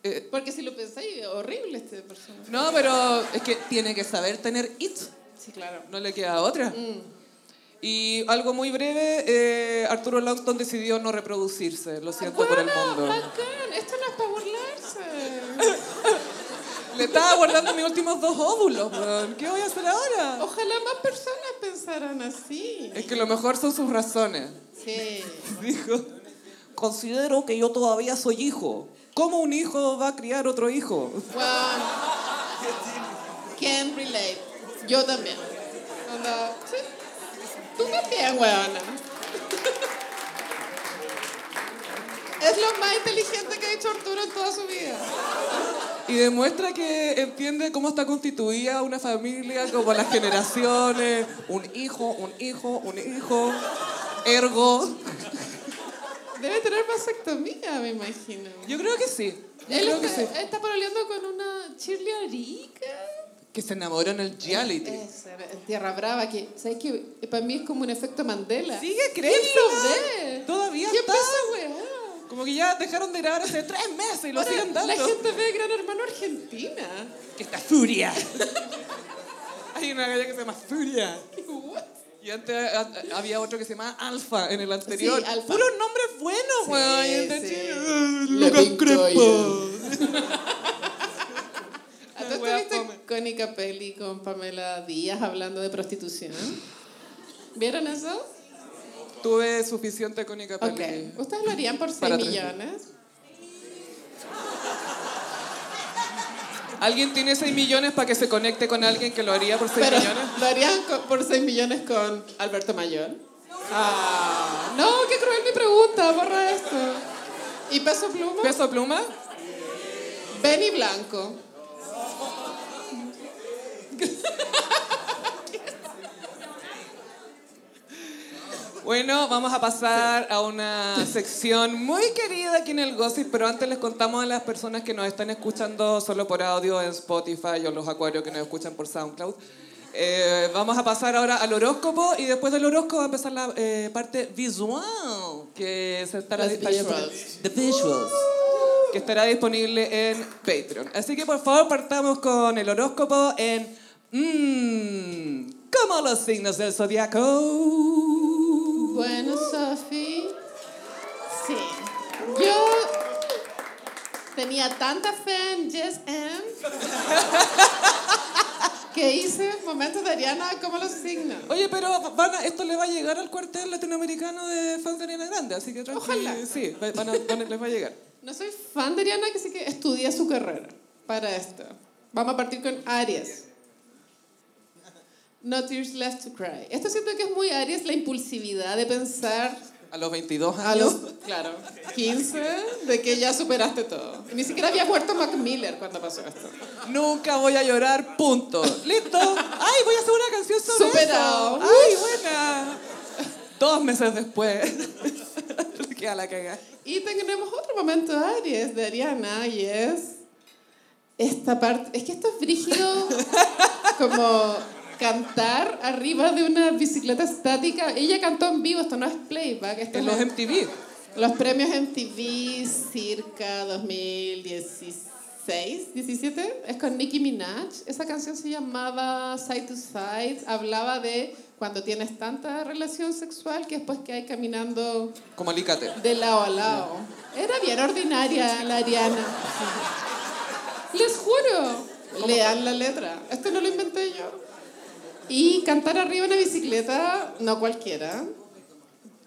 A: Eh,
B: Porque si lo pensáis, es horrible este personaje.
A: no, pero es que tiene que saber tener it.
B: Sí, claro.
A: No le queda otra.
B: Mm.
A: Y algo muy breve, eh, Arturo Longton decidió no reproducirse. Lo siento por el mundo.
B: bacán. Esto no es para burlarse.
A: Le estaba guardando mis últimos dos óvulos, weón. ¿Qué voy a hacer ahora?
B: Ojalá más personas pensaran así.
A: Es que lo mejor son sus razones.
B: Sí.
A: Dijo, considero que yo todavía soy hijo. ¿Cómo un hijo va a criar otro hijo?
B: Wow. Can relate. Yo también. Onda, sí. Tú también, weona. Es lo más inteligente que ha hecho Arturo en toda su vida.
A: Y demuestra que entiende cómo está constituida una familia, como las generaciones, un hijo, un hijo, un hijo, ergo.
B: Debe tener vasectomía, me imagino.
A: Yo creo que sí. Yo
B: Él
A: creo que
B: está,
A: sí.
B: está pololeando con una Shirley Arica.
A: Que se enamoró en el reality.
B: Es, en Tierra Brava, que, ¿sabes qué? Para mí es como un efecto Mandela.
A: Sigue
B: ¿Quién
A: creyendo.
B: lo ve?
A: Todavía
B: ¿Quién
A: está.
B: ve esa weá?
A: Como que ya dejaron de grabar hace tres meses y lo
B: Ahora,
A: siguen dando.
B: La gente ve Gran Hermano Argentina.
A: Que está Furia. Hay una galla que se llama Furia.
B: What?
A: Y antes a- a- había otro que se llamaba Alfa en el anterior.
B: Sí, Alfa.
A: Puros nombres buenos,
B: Sí,
A: weón. Y el de
B: sí.
A: Chile, "Ah,
B: La
A: Lucas
B: Pink
A: Crespo".
B: ¿A tú
A: weá
B: viste
A: fome.
B: icónica peli con Pamela Díaz hablando de prostitución? ¿Vieron eso?
A: Tuve suficiente con Icapelli.
B: Ok. ¿Ustedes lo harían por 6
A: Para tres.
B: millones?
A: ¿Alguien tiene 6 millones para que se conecte con alguien que lo haría por 6
B: Pero,
A: millones?
B: ¿Lo harían co- por 6 millones con Alberto Mayor? Ah, no, qué cruel mi pregunta, borra esto. ¿Y peso pluma?
A: ¿Peso pluma?
B: Benny Blanco.
A: Bueno, vamos a pasar a una sección muy querida aquí en el Gossip, pero antes les contamos a las personas que nos están escuchando solo por audio en Spotify o los acuarios que nos escuchan por SoundCloud. Eh, vamos a pasar ahora al horóscopo y después del horóscopo va a empezar la eh, parte visual que se estará
B: Los
A: estará-
B: visuals.
A: The visuals que estará disponible en Patreon. Así que por favor partamos con el horóscopo en mmm, como los signos del zodiaco.
B: Bueno, Sofi. Sí. Yo tenía tanta fe en Jess M. que hice momentos de Ariana como los signos.
A: Oye, pero van a- esto le va a llegar al cuartel latinoamericano de fans de Ariana Grande, así que tranqui,
B: Ojalá.
A: Sí, va- van a- van a- les va a llegar.
B: No soy fan de Ariana, así que estudié su carrera para esto. Vamos a partir con Aries. No tears left to cry. Esto siento que es muy Aries, la impulsividad de pensar
A: A los 22 años.
B: a los, claro, 15, de que ya superaste todo. Y ni siquiera había muerto Mac Miller cuando pasó esto.
A: Nunca voy a llorar, punto. Listo. Ay, voy a hacer una canción sobre
B: Superado.
A: eso. Ay, buena. Dos meses después. Queda la cagada.
B: Y tenemos otro momento Aries de Ariana y es esta parte, es que esto es brígido como cantar arriba de una bicicleta estática. Ella cantó en vivo, esto no es playback, esto
A: En
B: es
A: los
B: en-
A: MTV.
B: los premios MTV circa 2016, 17, es con Nicki Minaj. Esa canción se llamaba Side to Side, hablaba de cuando tienes tanta relación sexual que después que hay caminando
A: Como alicate.
B: de lado a lado. Era bien ordinaria la Ariana. Les juro. Lean la letra. Esto no lo inventé yo. Y cantar arriba en la bicicleta, no cualquiera.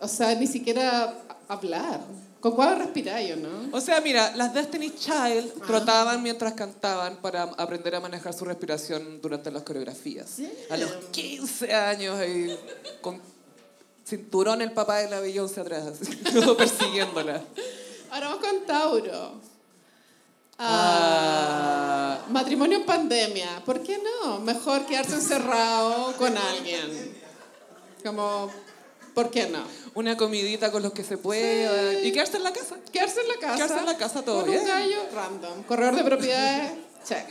B: O sea, ni siquiera hablar. ¿Con cuál respirar yo, no?
A: O sea, mira, las Destiny's Child trotaban mientras cantaban para aprender a manejar su respiración durante las coreografías. A los 15 años, ahí, con cinturón el papá de la Beyoncé atrás, así, persiguiéndola.
B: Ahora vamos con Tauro.
A: Ah.
B: Ah, Matrimonio en pandemia. ¿Por qué no? Mejor quedarse encerrado con alguien. Como, ¿por qué no?
A: Una comidita con los que se pueda y quedarse en la casa.
B: Quedarse en la casa.
A: Quedarse en la casa, todo
B: Con
A: bien.
B: un gallo random. Corredor de propiedades, check.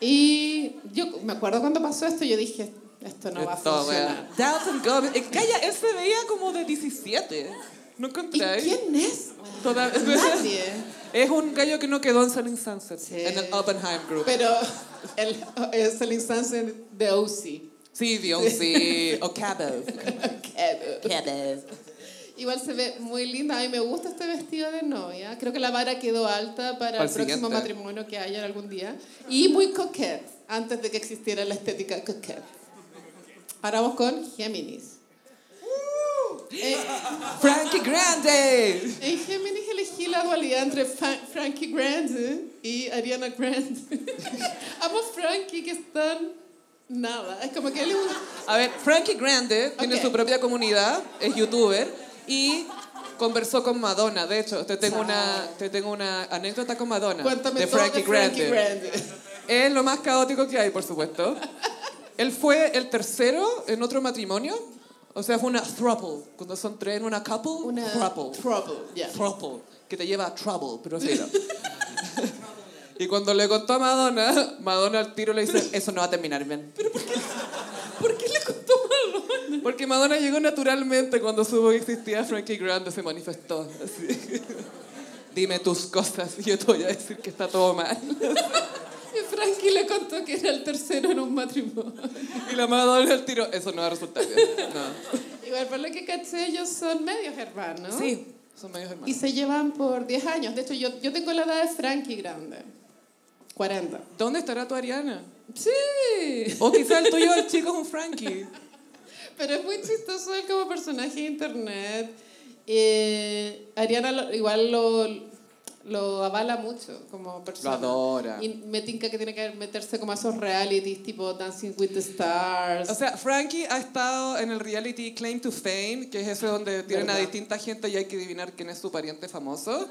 B: Y yo me acuerdo cuando pasó esto, yo dije, Esto no va a
A: Esto,
B: funcionar.
A: weón. Dalton Gobbins. Eh, Calla, él se veía como de 17. ¿No
B: ¿Y
A: encontráis?
B: quién es? weón?
A: Toda-
B: Nadie.
A: Es un gallo que no quedó en Selling Sunset.
B: Sí.
A: En el Oppenheim Group.
B: Pero el- es el instante de OC.
A: sí, Beyoncé. O Cabo.
B: Igual se ve muy linda. A mí me gusta este vestido de novia. Creo que la vara quedó alta para
A: Para
B: el
A: el
B: próximo
A: siguiente.
B: matrimonio que haya algún día. Y muy coquette, antes de que existiera la estética coquette. Ahora vamos con Géminis. Eh,
A: Frankie Grande.
B: en Géminis elegí la dualidad entre Fa- Frankie Grande y Ariana Grande. Amo a Frankie, que es tan nada. Es como que él es un-
A: A ver, Frankie Grande tiene
B: Ok.
A: su propia comunidad, es youtuber y conversó con Madonna. De hecho, te tengo una, te tengo una anécdota con Madonna
B: Cuéntame
A: de
B: todo
A: Frankie
B: de Frankie
A: Grande. Es lo más caótico que hay, por supuesto. Él fue el tercero en otro matrimonio. O sea, fue una throuple. Cuando son tres en una couple,
B: Una
A: throuple.
B: Trouble, ya.
A: Trouble, que te lleva a trouble, pero sí. no. y cuando le contó a Madonna, Madonna al tiro le dice, eso no va a terminar bien. ¿Pero por qué, le contó Madonna? Porque Madonna llegó naturalmente cuando supo que existía Frankie Grande, se manifestó. así. Dime tus cosas y yo te voy a decir que está todo mal.
B: Y Frankie le contó que era el tercero en un matrimonio.
A: Y la Madonna al tiro, eso no va a resultar bien. No.
B: Igual por lo que caché, ellos son medios hermanos.
A: Sí, son medios hermanos.
B: Y se llevan por 10 años. De hecho, yo, yo tengo la edad de Frankie Grande. 40.
A: ¿Dónde estará tu Ariana?
B: Sí.
A: O quizá el tuyo, el chico es un Frankie.
B: Pero es muy chistoso él como personaje de internet. Eh, Ariana lo- igual lo, lo avala mucho como persona.
A: adora.
B: Y me tinca que tiene que meterse como a esos realities tipo Dancing with the Stars.
A: O sea, Frankie ha estado en el reality Claim to Fame, que es ese donde tienen a
B: ¿Verdad?
A: distinta gente y hay que adivinar quién es su pariente famoso.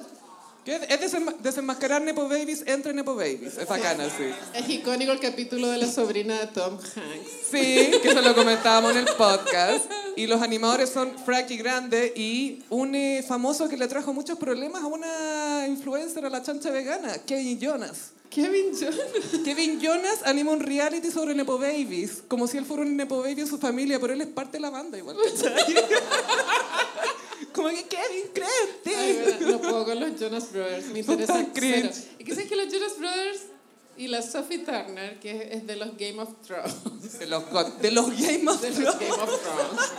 A: Que es- es desenma- desenmascarar Nepo Babies entre Nepo Babies. Es bacana, sí.
B: Es icónico el capítulo de la sobrina de Tom Hanks.
A: Sí, que se lo comentábamos en el podcast. Y los animadores son Frankie Grande y un eh, famoso que le trajo muchos problemas a una influencer, a la chancha vegana, Kevin Jonas.
B: Kevin Jones.
A: Kevin Jonas anima un reality sobre Nepo Babies, como si él fuera un Nepo Baby en su familia, pero él es parte de la banda igual. ¿cachai? como que Kevin,
B: Ay,
A: créete.
B: verdad, no puedo con los Jonas Brothers. Me
A: Son
B: interesa
A: tan cringe.
B: cero. Y que sabes que los Jonas Brothers y la Sophie Turner, que es- es de los Game of Thrones.
A: De los, go- de los Game of
B: De los
A: Thrones.
B: Game of Thrones.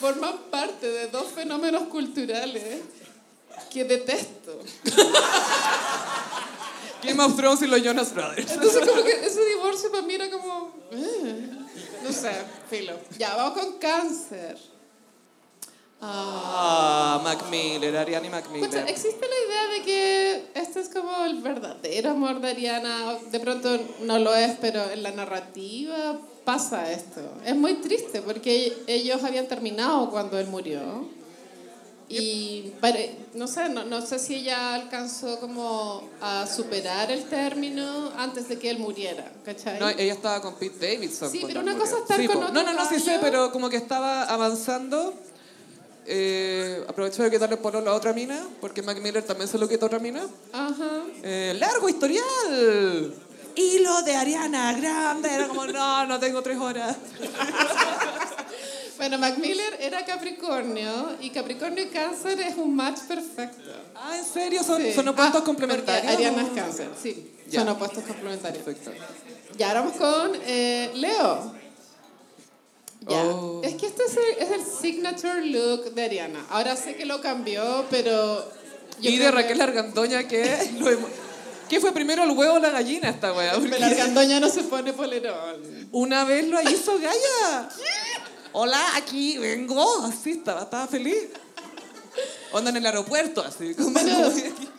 B: Forman parte de dos fenómenos culturales que detesto.
A: Game of Thrones y los Jonas Brothers.
B: Entonces como que ese divorcio para mí era como... eh, no sé, filo. Ya, vamos con cáncer. Ah...
A: Ah, Mac Miller, Ariane Mac
B: Escucha,
A: Miller.
B: existe la idea de que este es como el verdadero amor de Ariana. De pronto no lo es, pero en la narrativa pasa esto. Es muy triste porque ellos habían terminado cuando él murió. Y pare- no sé, no, no sé si ella alcanzó como a superar el término antes de que él muriera, ¿cachai?
A: No, eh. ella estaba con Pete Davidson.
B: Sí,
A: cuando
B: pero una
A: murió.
B: cosa es estar con
A: po. No,
B: otro
A: no, no, sí sé,
B: gallo.
A: pero como que estaba avanzando. Eh, aprovechó de quitarle el pololo a otra mina, porque Mac Miller también se lo quitó a otra mina.
B: Ajá.
A: Eh, largo historial. Hilo de Ariana Grande. Era como, no, no tengo tres horas.
B: Bueno, Mac Miller era Capricornio y Capricornio y Cáncer es un match perfecto.
A: Ah, ¿en serio? ¿Son,
B: Sí.
A: son opuestos
B: Ah,
A: complementarios?
B: porque Ariana es cáncer, sí.
A: Ya.
B: Son opuestos complementarios.
A: Perfecto.
B: Y ahora vamos con eh, Leo. Ya.
A: Oh.
B: Es que este es el, es el signature look de Ariana. Ahora sé que lo cambió, pero. yo
A: Y de
B: creo que-
A: Raquel Argandoña, que lo emo- ¿Qué fue primero el huevo o la gallina esta wea? Porque
B: Pero Argandoña no se pone polerón.
A: una vez lo hizo Gaya. Hola, aquí vengo. Así estaba, estaba feliz. Onda en el aeropuerto, así. como-
B: Bueno,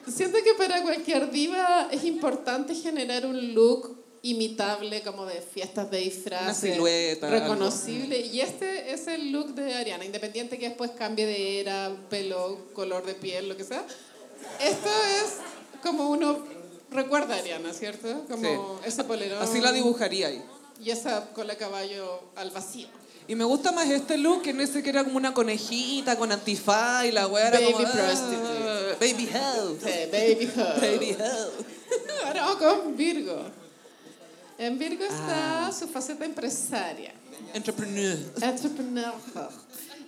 B: siento que para cualquier diva es importante generar un look imitable, como de fiestas de disfraces.
A: Una silueta,
B: Reconocible. Y este es el look de Ariana, independiente que después cambie de era, pelo, color de piel, lo que sea. Esto es como uno recuerda a Ariana, ¿cierto? Como ese polerón.
A: Así la dibujaría ahí.
B: Y esa cola de caballo al vacío.
A: Y me gusta más este look que en ese que era como una conejita con antifaz y la wea era
B: Baby
A: como... ah,
B: prostitute.
A: baby help.
B: Sí, baby hug.
A: Baby help.
B: Ahora vamos con Virgo. En Virgo
A: Ah.
B: está su faceta empresaria.
A: Entrepreneur.
B: Entrepreneur.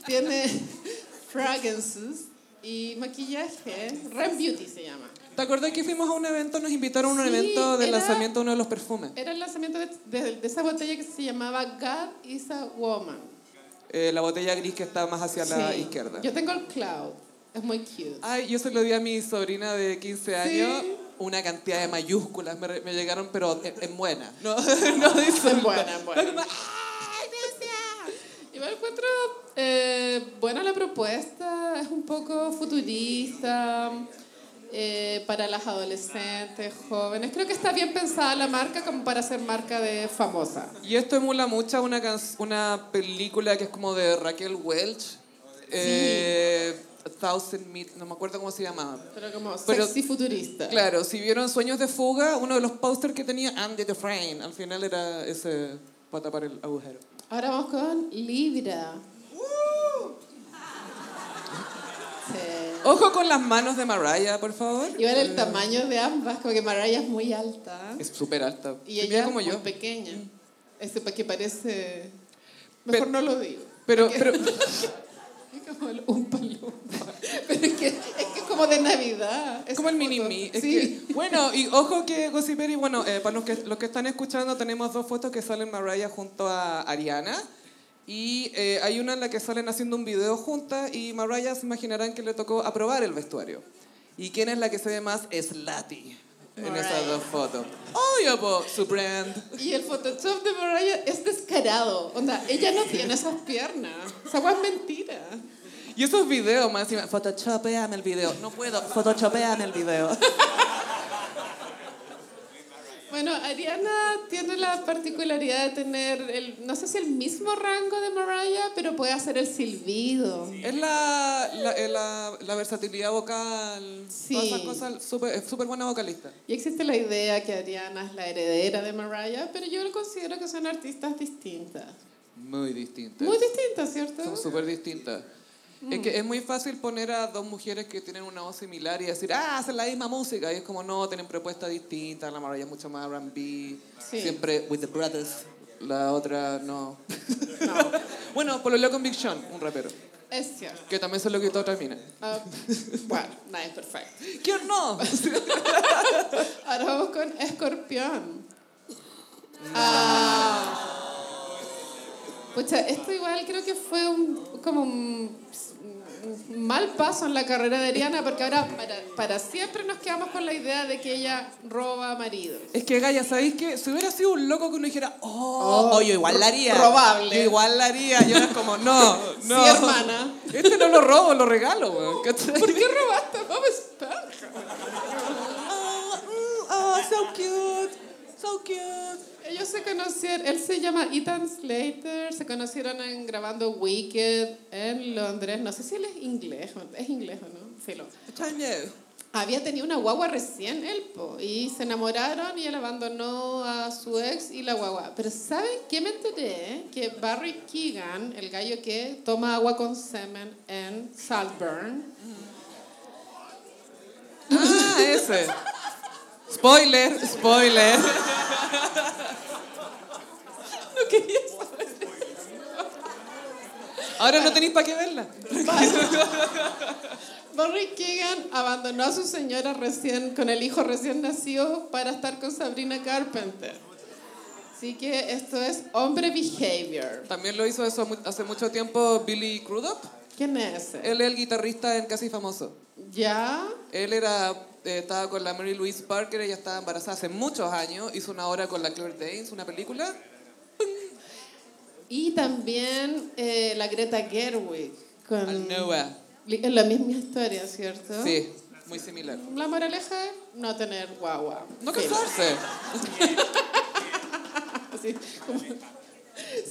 B: Tiene fragrances y maquillaje. Ren Beauty se llama.
A: ¿Te acuerdas que fuimos a un evento, nos invitaron a un
B: Sí,
A: evento de
B: era-
A: lanzamiento de uno de los perfumes?
B: Era el lanzamiento de, de- de esa botella que se llamaba God is a Woman.
A: Eh, la botella gris que está más hacia la
B: Sí.
A: izquierda. Ah,
B: Yo tengo el Cloud. Es muy cute.
A: Ay, yo se lo di a mi sobrina de 15 años una cantidad de mayúsculas. Me, re- me llegaron, pero en, en buena. No, no dice.
B: Es buena, es buena. Igual encuentro eh, buena la propuesta, es un poco futurista eh, para las adolescentes, jóvenes. Creo que está bien pensada la marca como para ser marca de famosa.
A: Y esto emula mucho una, canc- una película que es como de Raquel Welch. Eh, A Thousand Meet, no me acuerdo cómo se llamaba.
B: Pero como
A: Pero-
B: sexy futurista.
A: Claro, si vieron Sueños de Fuga, uno de los pósters que tenía Andy the Frame, al final era ese para tapar el agujero.
B: Ahora vamos con Libra. Sí.
A: Ojo con las manos de Mariah, por favor.
B: Igual el tamaño de ambas, como que Mariah es muy alta. ¿eh?
A: Es súper alta.
B: Y
A: Se
B: ella
A: mide
B: es
A: como
B: como
A: yo. Mm.
B: pequeña. Ese pa- que parece... Mejor
A: Pero-
B: no lo digo.
A: Pero, pero,
B: Es como el Oompa Loompa. Pero es que es que es como de Navidad.
A: Es
B: esa
A: como el
B: foto.
A: mini mí. Es
B: sí.
A: que- bueno, y ojo que Gossiperi, bueno, eh, para los que, los que están escuchando, tenemos dos fotos que salen Mariah junto a Ariana. Y eh, hay una en la que salen haciendo un video juntas y Mariah se imaginarán que le tocó aprobar el vestuario. ¿Y quién es la que se ve más? Es Lati en esas
B: Mariah.
A: dos fotos. Obvio, po, su brand.
B: Y el Photoshop de Mariah es descarado. Onda, ella no tiene esas piernas. Esa hueá es mentira.
A: Y esos videos, más encima, photoshopeame el video. No puedo, photoshopeame el video.
B: Bueno, Ariana tiene la particularidad de tener, el, no sé si el mismo rango de Mariah, pero puede hacer el silbido.
A: Es la, la, eh, la- la versatilidad vocal, todas esas
B: Sí.
A: cosas, súper- es súper buena vocalista.
B: Y existe la idea que Ariana es la heredera de Mariah, pero yo considero que son artistas distintas.
A: Muy distintas.
B: Muy Mm. distintas, ¿cierto?
A: Son súper distintas. Es que es muy fácil poner a dos mujeres que tienen una voz similar y decir, ah, hacen la misma música. Y es como, no, tienen propuestas distintas. La Mariah es mucho más R&B. Siempre with the brothers. La otra, no.
B: No,
A: bueno, por lo leo con Big Sean, un rapero.
B: es cierto.
A: Que también se lo quitó otra mina.
B: Ah, bueno, nada es perfecto.
A: ¿Quién no?
B: Ahora vamos con escorpión. Ah. Pucha, esto igual creo que fue un, como un, un mal paso en la carrera de Ariana, porque ahora para, para siempre nos quedamos con la idea de que ella roba marido.
A: Es que, Gaya, ¿sabéis qué? Si hubiera sido un loco que uno dijera, oh, oh, yo igual la haría.
B: probable.
A: Yo igual la haría. Y ahora es como, no, no.
B: Sí, hermana.
A: Este no lo robo, lo regalo, weón. ¿cachai?
B: ¿Por qué robaste pues, a Bob Esponja?
A: Oh, mm, oh, so cute. So cute.
B: Ellos se conocieron, él se llama Ethan Slater, se conocieron en grabando Wicked en Londres. No sé si él es inglés, o- es inglés o no, filo.
A: Kanye.
B: Había tenido una guagua recién él, po, y se enamoraron y él abandonó a su ex y la guagua. Pero ¿saben qué me enteré? Que Barry Keegan, el gallo que toma agua con semen en Saltburn,
A: Ah, ese. Spoiler, spoiler. Ahora no tenéis para qué verla.
B: Barry Keegan abandonó a su señora recién, con el hijo recién nacido para estar con Sabrina Carpenter. Así que esto es hombre behavior.
A: También lo hizo eso mu- hace mucho tiempo Billy Crudup.
B: ¿Quién es ese?
A: Él es el guitarrista en Casi Famoso.
B: ¿Ya?
A: Él era, eh, estaba con la Mary Louise Parker, ella estaba embarazada hace muchos años, hizo una obra con la Claire Danes, una película.
B: Y también eh, la Greta Gerwig. Con
A: Noah.
B: Es la misma historia, ¿cierto?
A: Sí, muy similar.
B: La moraleja es no tener guagua.
A: No
B: Fin.
A: casarse.
B: Así como-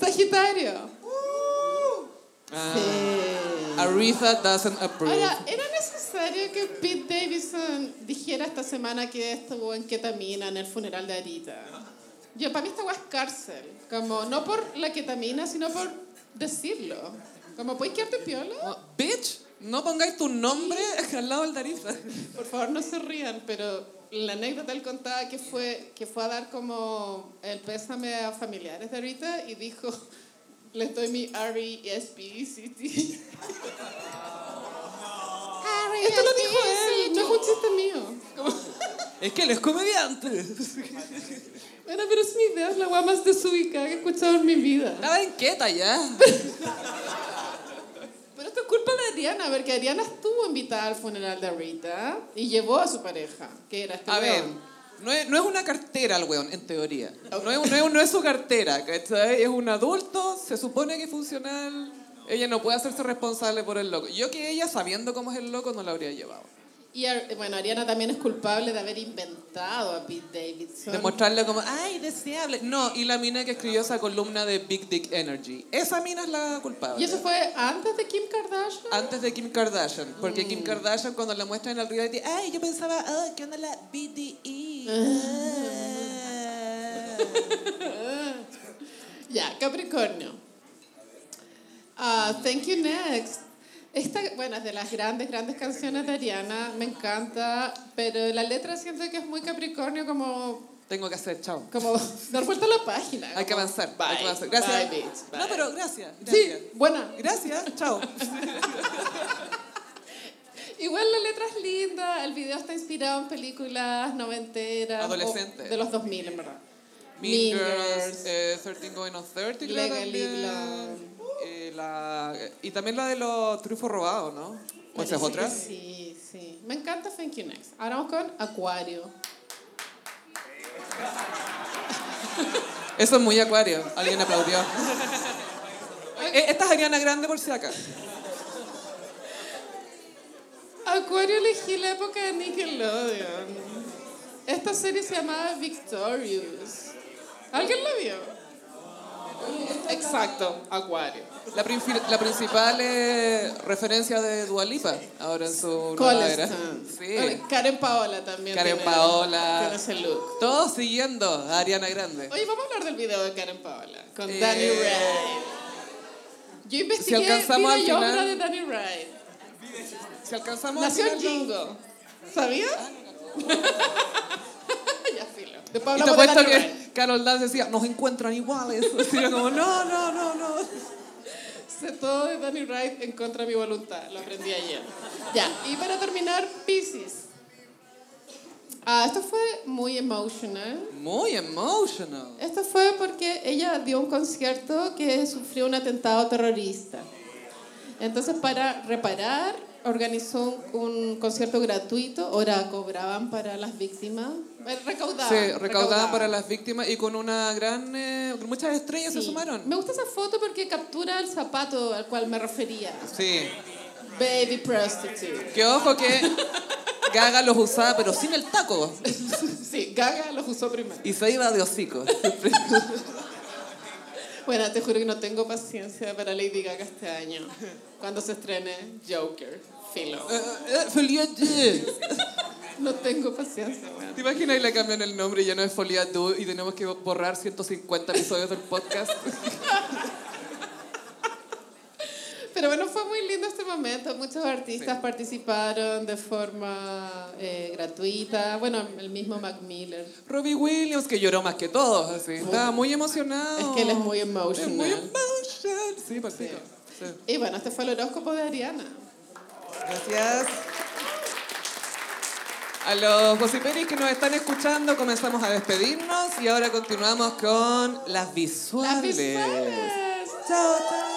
B: Sagitario.
A: Uh. Ah,
B: Sí.
A: Aretha doesn't approve.
B: Ahora, ¿era necesario que Pete Davidson dijera esta semana que estuvo en ketamina en el funeral de Arita? Yo, para mí esta guay es cárcel. Como, no por la ketamina, sino por decirlo. Como, ¿puedes quedarte piola?
A: Oh, bitch, No pongáis tu nombre al lado del Dariza.
B: Por favor, no se rían, pero la anécdota él contaba que fue, que fue a dar como el pésame a familiares de ahorita y dijo, les doy mi E R-E-S-P-E-C-T. Esto lo dijo él, no es un chiste mío. Como-
A: Es que él es comediante.
B: Bueno, pero es mi idea, es la guay más desubicada que he escuchado en mi vida.
A: Estaba inquieta ya.
B: Pero esto es culpa de Ariana, porque Ariana estuvo invitada al funeral de Rita y llevó a su pareja, que era este
A: A ver,
B: weón.
A: no es, no es una cartera el weón, en teoría. No es, no es- no es su cartera, ¿cachai? Es un adulto, se supone que es funcional. Ella no puede hacerse responsable por el loco. Yo que ella, sabiendo cómo es el loco, no la habría llevado.
B: Y Ar- bueno, Ariana también es culpable de haber inventado a Pete Davidson.
A: Demostrarle como, ay, deseable. No, y la mina que escribió esa columna de Big Dick Energy. Esa mina es la culpable.
B: ¿Y eso fue antes de Kim Kardashian?
A: Antes de Kim Kardashian, porque
B: Mm.
A: Kim Kardashian cuando la muestran en el reality, ay, yo pensaba, oh, ¿qué onda la BDE? Ah.
B: Ya, Capricornio. Ah, thank you next. Esta, bueno, es de las grandes, grandes canciones de Ariana, me encanta, pero la letra siento que es muy Capricornio, como,
A: Tengo que hacer, chao.
B: como dar vuelta a la página.
A: Hay que
B: como,
A: avanzar, hay
B: bye,
A: que avanzar. Gracias.
B: bye, bitch, bye.
A: no, pero gracias. gracias.
B: Sí, buena.
A: Gracias, chao.
B: Igual la letra es linda, el video está inspirado en películas noventeras.
A: Adolescente.
B: o De los 2000, en verdad.
A: Mean
B: Mean
A: Girls,
B: Girls.
A: eh, 13 Going on 30, creo
B: Legally
A: también.
B: Blonde.
A: Eh, la, y también la de los trufos robados, ¿no? ¿O esa es
B: Parece
A: otra?
B: que Sí, sí. Me encanta Thank You Next. Ahora vamos con Acuario.
A: Eso es muy acuario. Alguien aplaudió. Eh, Esta es Ariana Grande por si acaso.
B: Acuario elegí la época de Nickelodeon. Esta serie se llamaba Victorious. ¿Alguien la vio? Exacto, Acuario.
A: La, princi- la principal eh, referencia de Dualipa ahora en su nueva era.
B: Coleston.
A: Sí.
B: Karen Paola también.
A: Karen
B: tiene-
A: Paola.
B: Tiene ese look.
A: Todos siguiendo a Ariana Grande.
B: Oye, vamos a hablar del video de Karen Paola con
A: Eh.
B: Danny Wright. Yo investigué
A: Si alcanzamos al
B: vida y obra
A: final-
B: de Danny Wright.
A: Si alcanzamos a
B: Nació en
A: tirarlo-
B: Jingo. ¿Sabías? ya filo. Después
A: Y te
B: hablamos de
A: apuesto
B: Danny Wright.
A: que Carol Dance decía, nos encuentran iguales. Y yo como, no, no, no, no.
B: Sé todo de Danny Wright en contra de mi voluntad. Lo aprendí ayer. Ya, y para terminar, Pisces. Ah, esto fue muy emotional.
A: Muy emotional.
B: Esto fue porque ella dio un concierto que sufrió un atentado terrorista. Entonces, para reparar, organizó un, un concierto gratuito. Ahora cobraban para las víctimas. Eh, Recaudaban.
A: Sí, recaudada para las víctimas y con una gran... eh, muchas estrellas se
B: Sí.
A: sumaron.
B: Me gusta esa foto porque captura el zapato al cual me refería.
A: Sí.
B: Baby prostitute.
A: Que ojo que Gaga los usaba, pero sin el taco.
B: Sí, Gaga los usó primero.
A: Y se iba de hocico.
B: Bueno, te juro que no tengo paciencia para Lady Gaga este año. Cuando se estrene Joker. Filo.
A: Eh, eh, Folia Jean.
B: No tengo paciencia, weón.
A: ¿Te imaginas y le cambian el nombre y ya no es Folia Du y tenemos que borrar 150 episodios del podcast?
B: Pero bueno, fue muy lindo este momento. Muchos artistas participaron de forma eh, gratuita. Bueno, el mismo Mac Miller.
A: Robbie Williams, que lloró más que todos, así. Estaba muy emocionado.
B: Es que él es muy em-
A: Es muy
B: emotional.
A: emotional. Sí, por
B: Sí.
A: pico. Sí.
B: Y bueno, este fue el horóscopo de Ariana.
A: Gracias. A los gossiperis que nos están escuchando, comenzamos a despedirnos y ahora continuamos con las visuales.
B: ¡Las visuales!
A: Chao, chao.